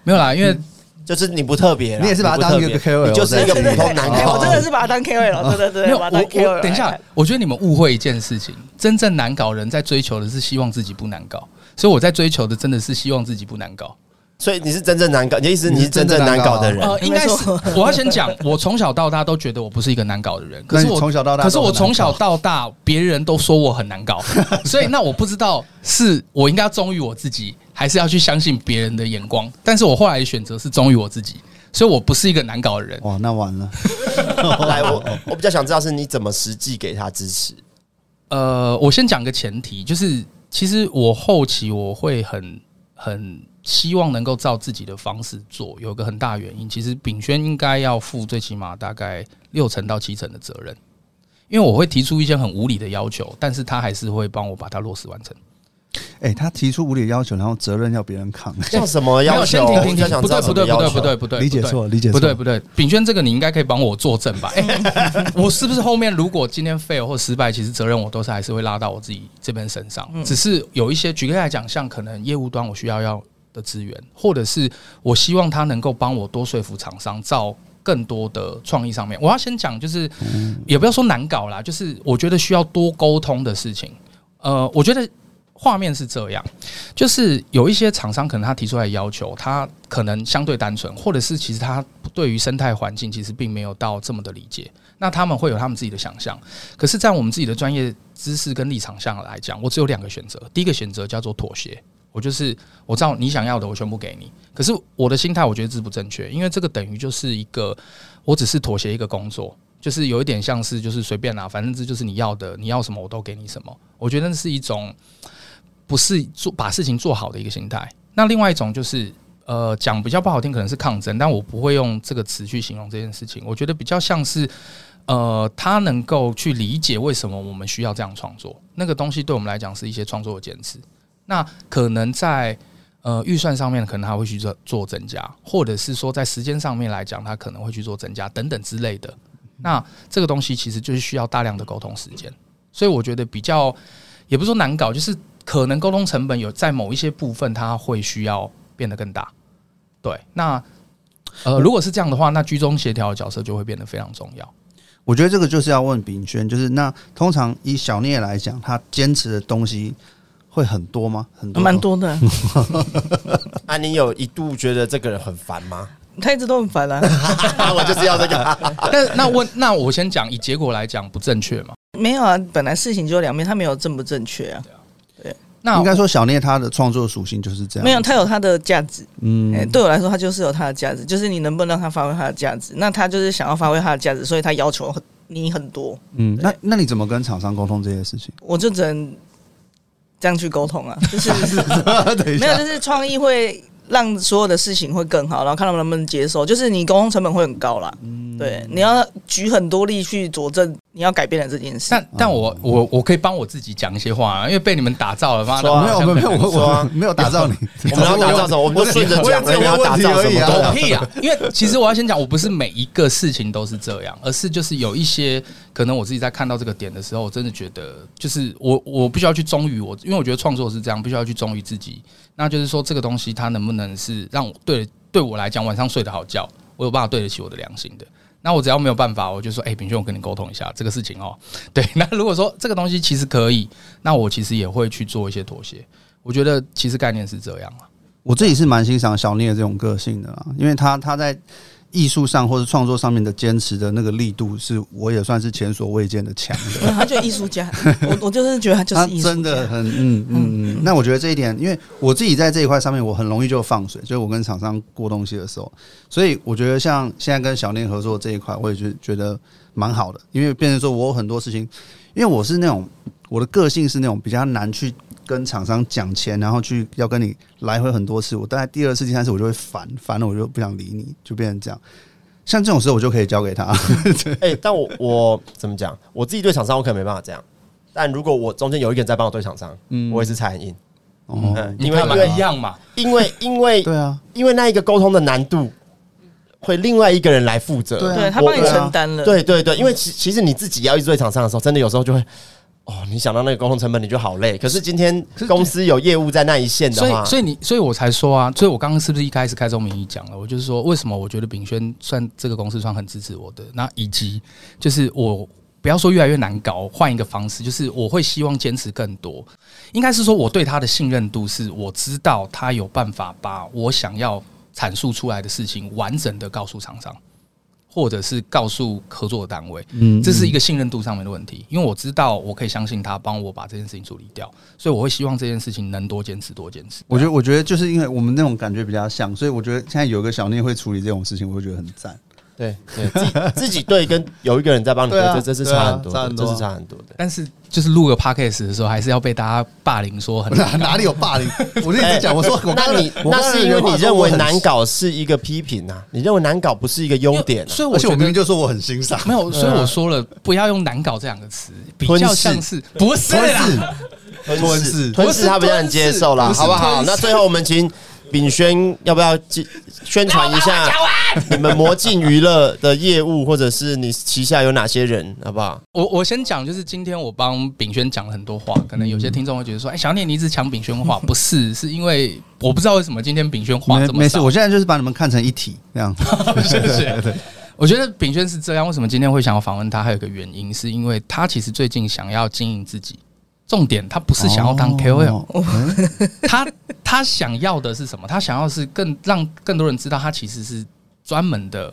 Speaker 3: 没有啦，因为
Speaker 5: 嗯
Speaker 2: 就是你不特别啦，
Speaker 4: 你也是把它当一个
Speaker 2: 你不特
Speaker 4: KOL，
Speaker 2: 别你就是一个
Speaker 4: 在
Speaker 2: 普
Speaker 4: 听
Speaker 2: 通男
Speaker 5: 哎，
Speaker 2: 高，
Speaker 5: 我真的是把他当 KOL，了
Speaker 3: (laughs) 啊
Speaker 5: 对对
Speaker 3: 没
Speaker 5: 对，
Speaker 3: 有
Speaker 5: 把
Speaker 3: 我
Speaker 5: 他当 KOL
Speaker 3: 我
Speaker 5: 来
Speaker 3: 等一下
Speaker 5: 看，，
Speaker 3: 我觉得你们误会一件事情，真正难搞人在追求的是希望自己不难搞，所以我在追求的真的是希望自己不难搞。
Speaker 2: 所以你是真正难搞，你的意思是你是真正
Speaker 4: 你是真正
Speaker 2: 难
Speaker 4: 难搞
Speaker 2: 搞的人
Speaker 5: 啊
Speaker 3: 呃，应该
Speaker 5: 没
Speaker 3: 是
Speaker 5: 错
Speaker 3: (laughs) 我要先讲，我从小到大都觉得我不是一个难搞的人，可
Speaker 4: 那
Speaker 3: 是
Speaker 4: 你
Speaker 3: 我
Speaker 4: 从小到大
Speaker 3: 可
Speaker 4: 都
Speaker 3: 是
Speaker 4: 很
Speaker 3: 我
Speaker 4: 难
Speaker 3: 从小
Speaker 4: 搞
Speaker 3: 到大别人都说我很难搞，所以那我不知道是我应该要忠于我自己，还是要去相信别人的眼光。但是我后来的选择是忠于我自己，所以我不是一个难搞的人。
Speaker 4: 哇，那完了，
Speaker 2: 来，我我比较想知道是你怎么实际给他支持。
Speaker 3: 呃，我先讲个前提，就是其实我后期我会很很希望能够照自己的方式做，有个很大原因，其实炳轩应该要负最起码大概六成到七成的责任，因为我会提出一些很无理的要求，但是他还是会帮我把它落实完成。
Speaker 4: 哎，他提出无理要求，然后责任要别人
Speaker 5: (laughs)
Speaker 4: 扛，
Speaker 2: 像什么
Speaker 3: 没
Speaker 2: 要
Speaker 3: 有
Speaker 2: 求？
Speaker 3: 先停
Speaker 2: 我
Speaker 3: 停
Speaker 2: 比较
Speaker 3: 停，
Speaker 2: 想
Speaker 3: 不
Speaker 2: 知
Speaker 3: 对
Speaker 2: 道什么要
Speaker 3: 不对不对
Speaker 2: 求。
Speaker 3: 不对不对，
Speaker 4: 理解
Speaker 3: 不对
Speaker 4: 错理解
Speaker 3: 不
Speaker 4: 错
Speaker 3: 对不对，炳轩这个你应该可以帮我作证吧？哎， (laughs) 我是不是后面如果今天 fail 或失败，其实责任我都是还是会拉到我自己这边身上，只是有一些举个例来讲，像可能业务端我需要要的资源，或者是我希望他能够帮我多说服厂商造。更多的创意上面，我要先讲，就是
Speaker 4: 嗯
Speaker 3: 也不要说难搞啦，就是我觉得需要多沟通的事情。呃，我觉得画面是这样，就是有一些厂商可能他提出来的要求，他可能相对单纯，或者是其实他对于生态环境其实并没有到这么的理解，那他们会有他们自己的想象。可是，在我们自己的专业知识跟立场上来讲，我只有两个选择，第一个选择叫做妥协。我就是我知道你想要的，我全部给你。可是我的心态，我觉得这不正确，因为这个等于就是一个，我只是妥协一个工作，就是有一点像是就是随便啦，反正这就是你要的，你要什么我都给你什么。我觉得那是一种不是做把事情做好的一个心态。那另外一种就是，呃，讲比较不好听，可能是抗争，但我不会用这个词去形容这件事情。我觉得比较像是，呃，他能够去理解为什么我们需要这样创作，那个东西对我们来讲是一些创作的坚持。那可能在呃预算上面，可能他会去做做增加，或者是说在时间上面来讲，他可能会去做增加等等之类的。那这个东西其实就是需要大量的沟通时间，所以我觉得比较也不是说难搞，就是可能沟通成本有在某一些部分，它会需要变得更大。对，那呃，
Speaker 4: 嗯
Speaker 3: 如果是这样的话，那居中协调的角色就会变得非常重要。
Speaker 4: 我觉得这个就是要问炳轩，就是那通常以小聂来讲，他坚持的东西会很多吗？很多， (laughs)
Speaker 5: 蛮。多的，
Speaker 2: 啊，你有一度觉得这个人很烦
Speaker 4: (laughs)
Speaker 2: 吗？
Speaker 5: 他一直都很烦啊。
Speaker 2: 我就是要这个。
Speaker 3: 但那问，那我先讲，以结果来讲不正确嘛？
Speaker 5: 没有啊，本来事情就有两面，他没有正不正确啊，
Speaker 3: 那
Speaker 4: 应该说，小聂他的创作属性就是
Speaker 3: 啊
Speaker 4: 这样。
Speaker 5: 没有，他有他的价值。
Speaker 4: 嗯
Speaker 5: 哎、，对我来说，他就是有他的价值，就是你能不能让他发挥他的价值。那他就是想要发挥他的价值，所以他要求很你很多，
Speaker 4: 嗯，那那你怎么跟厂商沟通这些事情？
Speaker 5: 我就只能这样去沟通啊，就是
Speaker 4: 等一
Speaker 5: 没有，
Speaker 4: 下，
Speaker 5: 就是创意会让所有的事情会更好，然后看他们能不能接受。就是你沟通成本会很高啦，对，你要举很多例去佐证你要改变的这件事。
Speaker 3: 但但我我我可以帮我自己讲一些话、啊，因为被你们打造了嘛。
Speaker 2: 说啊
Speaker 4: 没有，没有，没有，我
Speaker 2: 说
Speaker 4: 我
Speaker 2: 啊
Speaker 4: 没有打造你，
Speaker 2: 我们要打造什么？我们就顺着
Speaker 4: 我
Speaker 2: 讲，
Speaker 4: 只有
Speaker 2: 你要打造
Speaker 4: 问
Speaker 2: 什
Speaker 4: 题而已
Speaker 2: 么
Speaker 4: 啊
Speaker 2: 都
Speaker 3: 狗屁啊！因为其实我要先讲，我不是每一个事情都是这样，而是就是有一些可能我自己在看到这个点的时候，我真的觉得就是我我必须要去忠于我，因为我觉得创作是这样，必须要去忠于自己。那就是说这个东西它能不能是让我对对我来讲晚上睡得好觉，我有办法对得起我的良心的。那我只要没有办法，我就说，哎、炳轩，我跟你沟通一下这个事情哦。对，那如果说这个东西其实可以，那我其实也会去做一些妥协。我觉得其实概念是这样啊。
Speaker 4: (laughs) 我自己是蛮欣赏小聂这种个性的啦，因为他他在艺术上或是创作上面的坚持的那个力度，是我也算是前所未见的强的。
Speaker 5: 没有 (laughs) 他就是艺术家，我我就是觉得他就
Speaker 4: 他
Speaker 5: 是艺术家，
Speaker 4: 啊真的很嗯嗯嗯。那我觉得这一点，因为我自己在这一块上面，我很容易就放水，所以我跟厂商过东西的时候，所以我觉得像现在跟小念合作这一块，我也觉觉得蛮好的，因为变成说我有很多事情，因为我是那种我的个性是那种比较难去跟厂商讲钱，然后去要跟你来回很多次，我大概第二次、第三次我就会烦，烦了我就不想理你，就变成这样。像这种时候，我就可以交给他。 (laughs)
Speaker 2: 哎，但我我怎么讲？我自己对厂商我可能没办法这样，但如果我中间有一个人在帮我对厂商，
Speaker 4: 嗯
Speaker 2: 我也是踩很硬。
Speaker 4: 哦，
Speaker 2: 嗯，
Speaker 3: 你
Speaker 2: 因为
Speaker 3: 看嘛
Speaker 2: 因，为
Speaker 3: 一样嘛。
Speaker 2: 因为因为
Speaker 4: 对啊，
Speaker 2: 因为那一个沟通的难度，会另外一个人来负责。
Speaker 4: 对啊
Speaker 5: 对他帮你
Speaker 2: 我呃
Speaker 5: 承担了，
Speaker 2: 对对对，因为其其实你自己要一直对厂商的时候，真的有时候就会哦，你想到那个沟通成本，你就好累。可是今天公司有业务在那一线的
Speaker 3: 所
Speaker 2: 话，
Speaker 3: 以，所以你，所以我才说啊，所以我刚刚是不是一开始开宗明义讲了？我就是说，为什么我觉得炳轩算这个公司算很支持我的，那以及就是我不要说越来越难搞，换一个方式，就是我会希望坚持更多。应该是说我对他的信任度是，我知道他有办法把我想要阐述出来的事情完整的告诉厂商，或者是告诉合作的单位。
Speaker 4: 嗯
Speaker 3: 这是一个信任度上面的问题，因为我知道我可以相信他帮我把这件事情处理掉，所以我会希望这件事情能多坚持多坚持。
Speaker 4: 我觉得，我觉得就是因为我们那种感觉比较像，所以我觉得现在有一个小聂会处理这种事情，我会觉得很赞。
Speaker 2: 对对，自己自己对跟有一个人在帮你对，
Speaker 4: 对啊
Speaker 2: 这这是
Speaker 4: 对啊
Speaker 2: 差很多
Speaker 4: 差
Speaker 2: 的，
Speaker 4: 很多
Speaker 2: 这
Speaker 4: 啊
Speaker 2: 是差很多的。
Speaker 3: 但是就是录个 podcast 的时候，还是要被大家霸凌说很
Speaker 4: (laughs) 哪哪里有霸凌？ (laughs) 我就 (laughs) 一直讲，我说我刚
Speaker 2: 哎那
Speaker 4: 刚
Speaker 2: 你
Speaker 4: 我
Speaker 2: 那
Speaker 4: 刚刚
Speaker 2: 是因为你认为难
Speaker 4: 有话说我
Speaker 2: 搞是一个批评啊，你认为难搞不是一个优点、啊。
Speaker 3: 所以
Speaker 4: 很，而
Speaker 3: 我
Speaker 4: 且
Speaker 3: 觉
Speaker 4: 我明呃
Speaker 3: 得。
Speaker 4: 明就说我很欣赏，
Speaker 3: 没有，所以我说了，不要用“难搞”这两个词，比较像是不是
Speaker 4: 吞
Speaker 3: 啦？
Speaker 4: 噬吞噬
Speaker 2: 吞噬他比较能接受啦，
Speaker 3: 不是
Speaker 2: 好不好？
Speaker 3: 吞噬
Speaker 2: 那最后我们请炳轩要不要介宣传一下 (laughs) 你们魔镜娱乐的业务，或者是你旗下有哪些人，好不好？
Speaker 3: 我我先讲，就是今天我帮炳轩讲了很多话，可能有些听众会觉得说：“哎，小聂，你一直抢炳轩
Speaker 4: (laughs)
Speaker 3: 话，不是？是因为我不知道为什么今天炳轩话
Speaker 4: 没
Speaker 3: 这么少。”
Speaker 4: 没事，我现在就是把你们看成一体这样。
Speaker 3: 谢谢。我觉得炳轩是这样，为什么今天会想要访问他？还有一个原因，是因为他其实最近想要经营自己。重点，他 (laughs) 不是想要当 KOL，、
Speaker 4: 哦嗯
Speaker 3: (laughs) 他他想要的是什么？他想要是更让更多人知道，他其实是专门的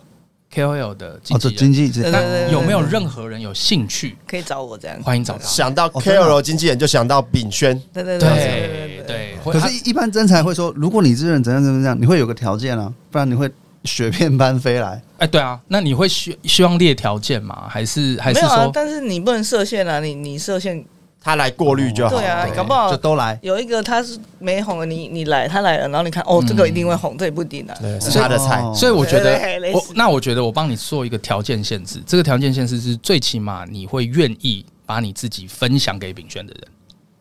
Speaker 3: KOL 的经
Speaker 4: 哦，这
Speaker 3: 纪人。
Speaker 4: 经济这
Speaker 5: 对对
Speaker 3: 那有没有任何人有兴趣？
Speaker 5: 可以找我这样。
Speaker 3: 欢迎找他。
Speaker 2: 想到
Speaker 5: 哦
Speaker 4: 真的啊啊
Speaker 2: KOL 经纪人就想到炳轩，
Speaker 5: 对对
Speaker 3: 对
Speaker 5: 对对，
Speaker 3: 对，啊
Speaker 4: 可是一般真才会说，如果你这人怎样怎样怎样，你会有个条件啊，不然你会雪片般飞来。
Speaker 3: 哎，对啊，那你会希希望列条件吗？还是还
Speaker 5: 没
Speaker 3: 是
Speaker 5: 有啊
Speaker 3: 说，
Speaker 5: 但是你不能设限啊，你你设限，
Speaker 2: 他来过滤就好了。
Speaker 5: 对啊，
Speaker 3: 对
Speaker 5: 搞不好
Speaker 4: 就都来。
Speaker 5: 有一个他是没红的，你你来他来了，然后你看哦，这个一定会红，这也不一定啊。
Speaker 2: 对，是他的菜。
Speaker 4: 哦
Speaker 3: 所以我觉得
Speaker 5: 对类，似
Speaker 3: 我那我觉得我帮你做一个条件限制，这个条件限制是最起码你会愿意把你自己分享给炳轩的人，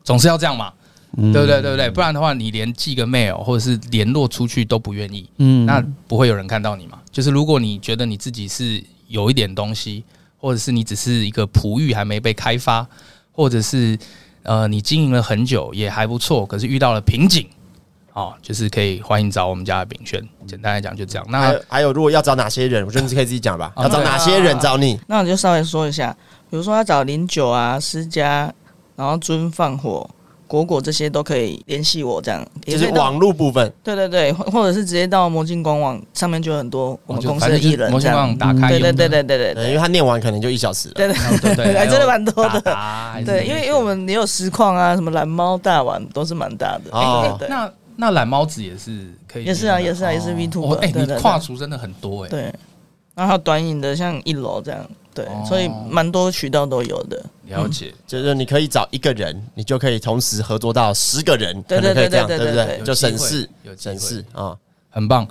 Speaker 3: 总是要这样嘛，
Speaker 4: 嗯
Speaker 3: 对不对？对不对？不然的话，你连寄个 mail 或者是联络出去都不愿意，
Speaker 4: 嗯
Speaker 3: 那不会有人看到你嘛。就是如果你觉得你自己是有一点东西，或者是你只是一个璞玉还没被开发，或者是呃你经营了很久也还不错，可是遇到了瓶颈。哦，就是可以欢迎找我们家的炳轩。简单来讲就这样。那
Speaker 2: 还有还有，如果要找哪些人，我觉得你可以自己讲吧。
Speaker 3: 啊
Speaker 5: 哦
Speaker 2: 要找哪些人找你？
Speaker 5: 那我就稍微说一下，比如说要找零九啊、私家，然后尊放火、果果这些都可以联系我，这样也
Speaker 2: 就
Speaker 5: 可
Speaker 2: 是
Speaker 5: 以到
Speaker 2: 网络部分，
Speaker 5: 对对对，或或者是直接到魔镜官网上面就有很多
Speaker 3: 哦
Speaker 5: 我们公司的艺人
Speaker 3: 魔
Speaker 5: 这
Speaker 3: 镜
Speaker 5: 样嗯
Speaker 3: 网。打开，哦
Speaker 5: 对对对对对对
Speaker 2: 呃对因为
Speaker 5: 对
Speaker 2: 他念完可能就一小时了。
Speaker 5: 对对，
Speaker 3: 对
Speaker 5: (laughs)
Speaker 3: 对，哎
Speaker 5: 还真的蛮多的
Speaker 3: 的
Speaker 5: 对，因为因为我们也有实况啊，什么蓝猫大碗都是蛮大的。
Speaker 2: 哦
Speaker 5: 对对对，
Speaker 3: 那那懒猫子也是可以，
Speaker 5: 也是啊，也是啊，也是 V two
Speaker 3: 哦，
Speaker 5: 的。
Speaker 3: 哎，
Speaker 5: 对
Speaker 3: 你
Speaker 5: 对对
Speaker 3: 跨足真的很多哎，
Speaker 5: 对，然后还有短影的，像一楼这样，对，
Speaker 3: 哦
Speaker 5: 所以蛮多渠道都有的。
Speaker 3: 了解。
Speaker 2: 就是你可以找一个人，你就可以同时合作到十个人，
Speaker 5: 对
Speaker 2: 可能可以这样，
Speaker 5: 对
Speaker 2: 对
Speaker 5: 对
Speaker 2: 不
Speaker 5: 对对
Speaker 2: 对？
Speaker 5: 对
Speaker 2: 就省事
Speaker 3: 有，机会
Speaker 2: 省事啊！
Speaker 3: 很棒。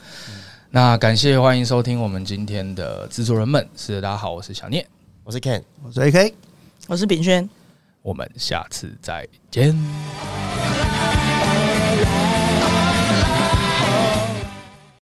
Speaker 3: 那感谢欢迎收听我们今天的制作人们，是的大家好，我是小聂，
Speaker 4: 嗯
Speaker 2: 我是 Ken。
Speaker 4: 我是 AK。
Speaker 5: 我是炳轩。
Speaker 3: 我们下次再见。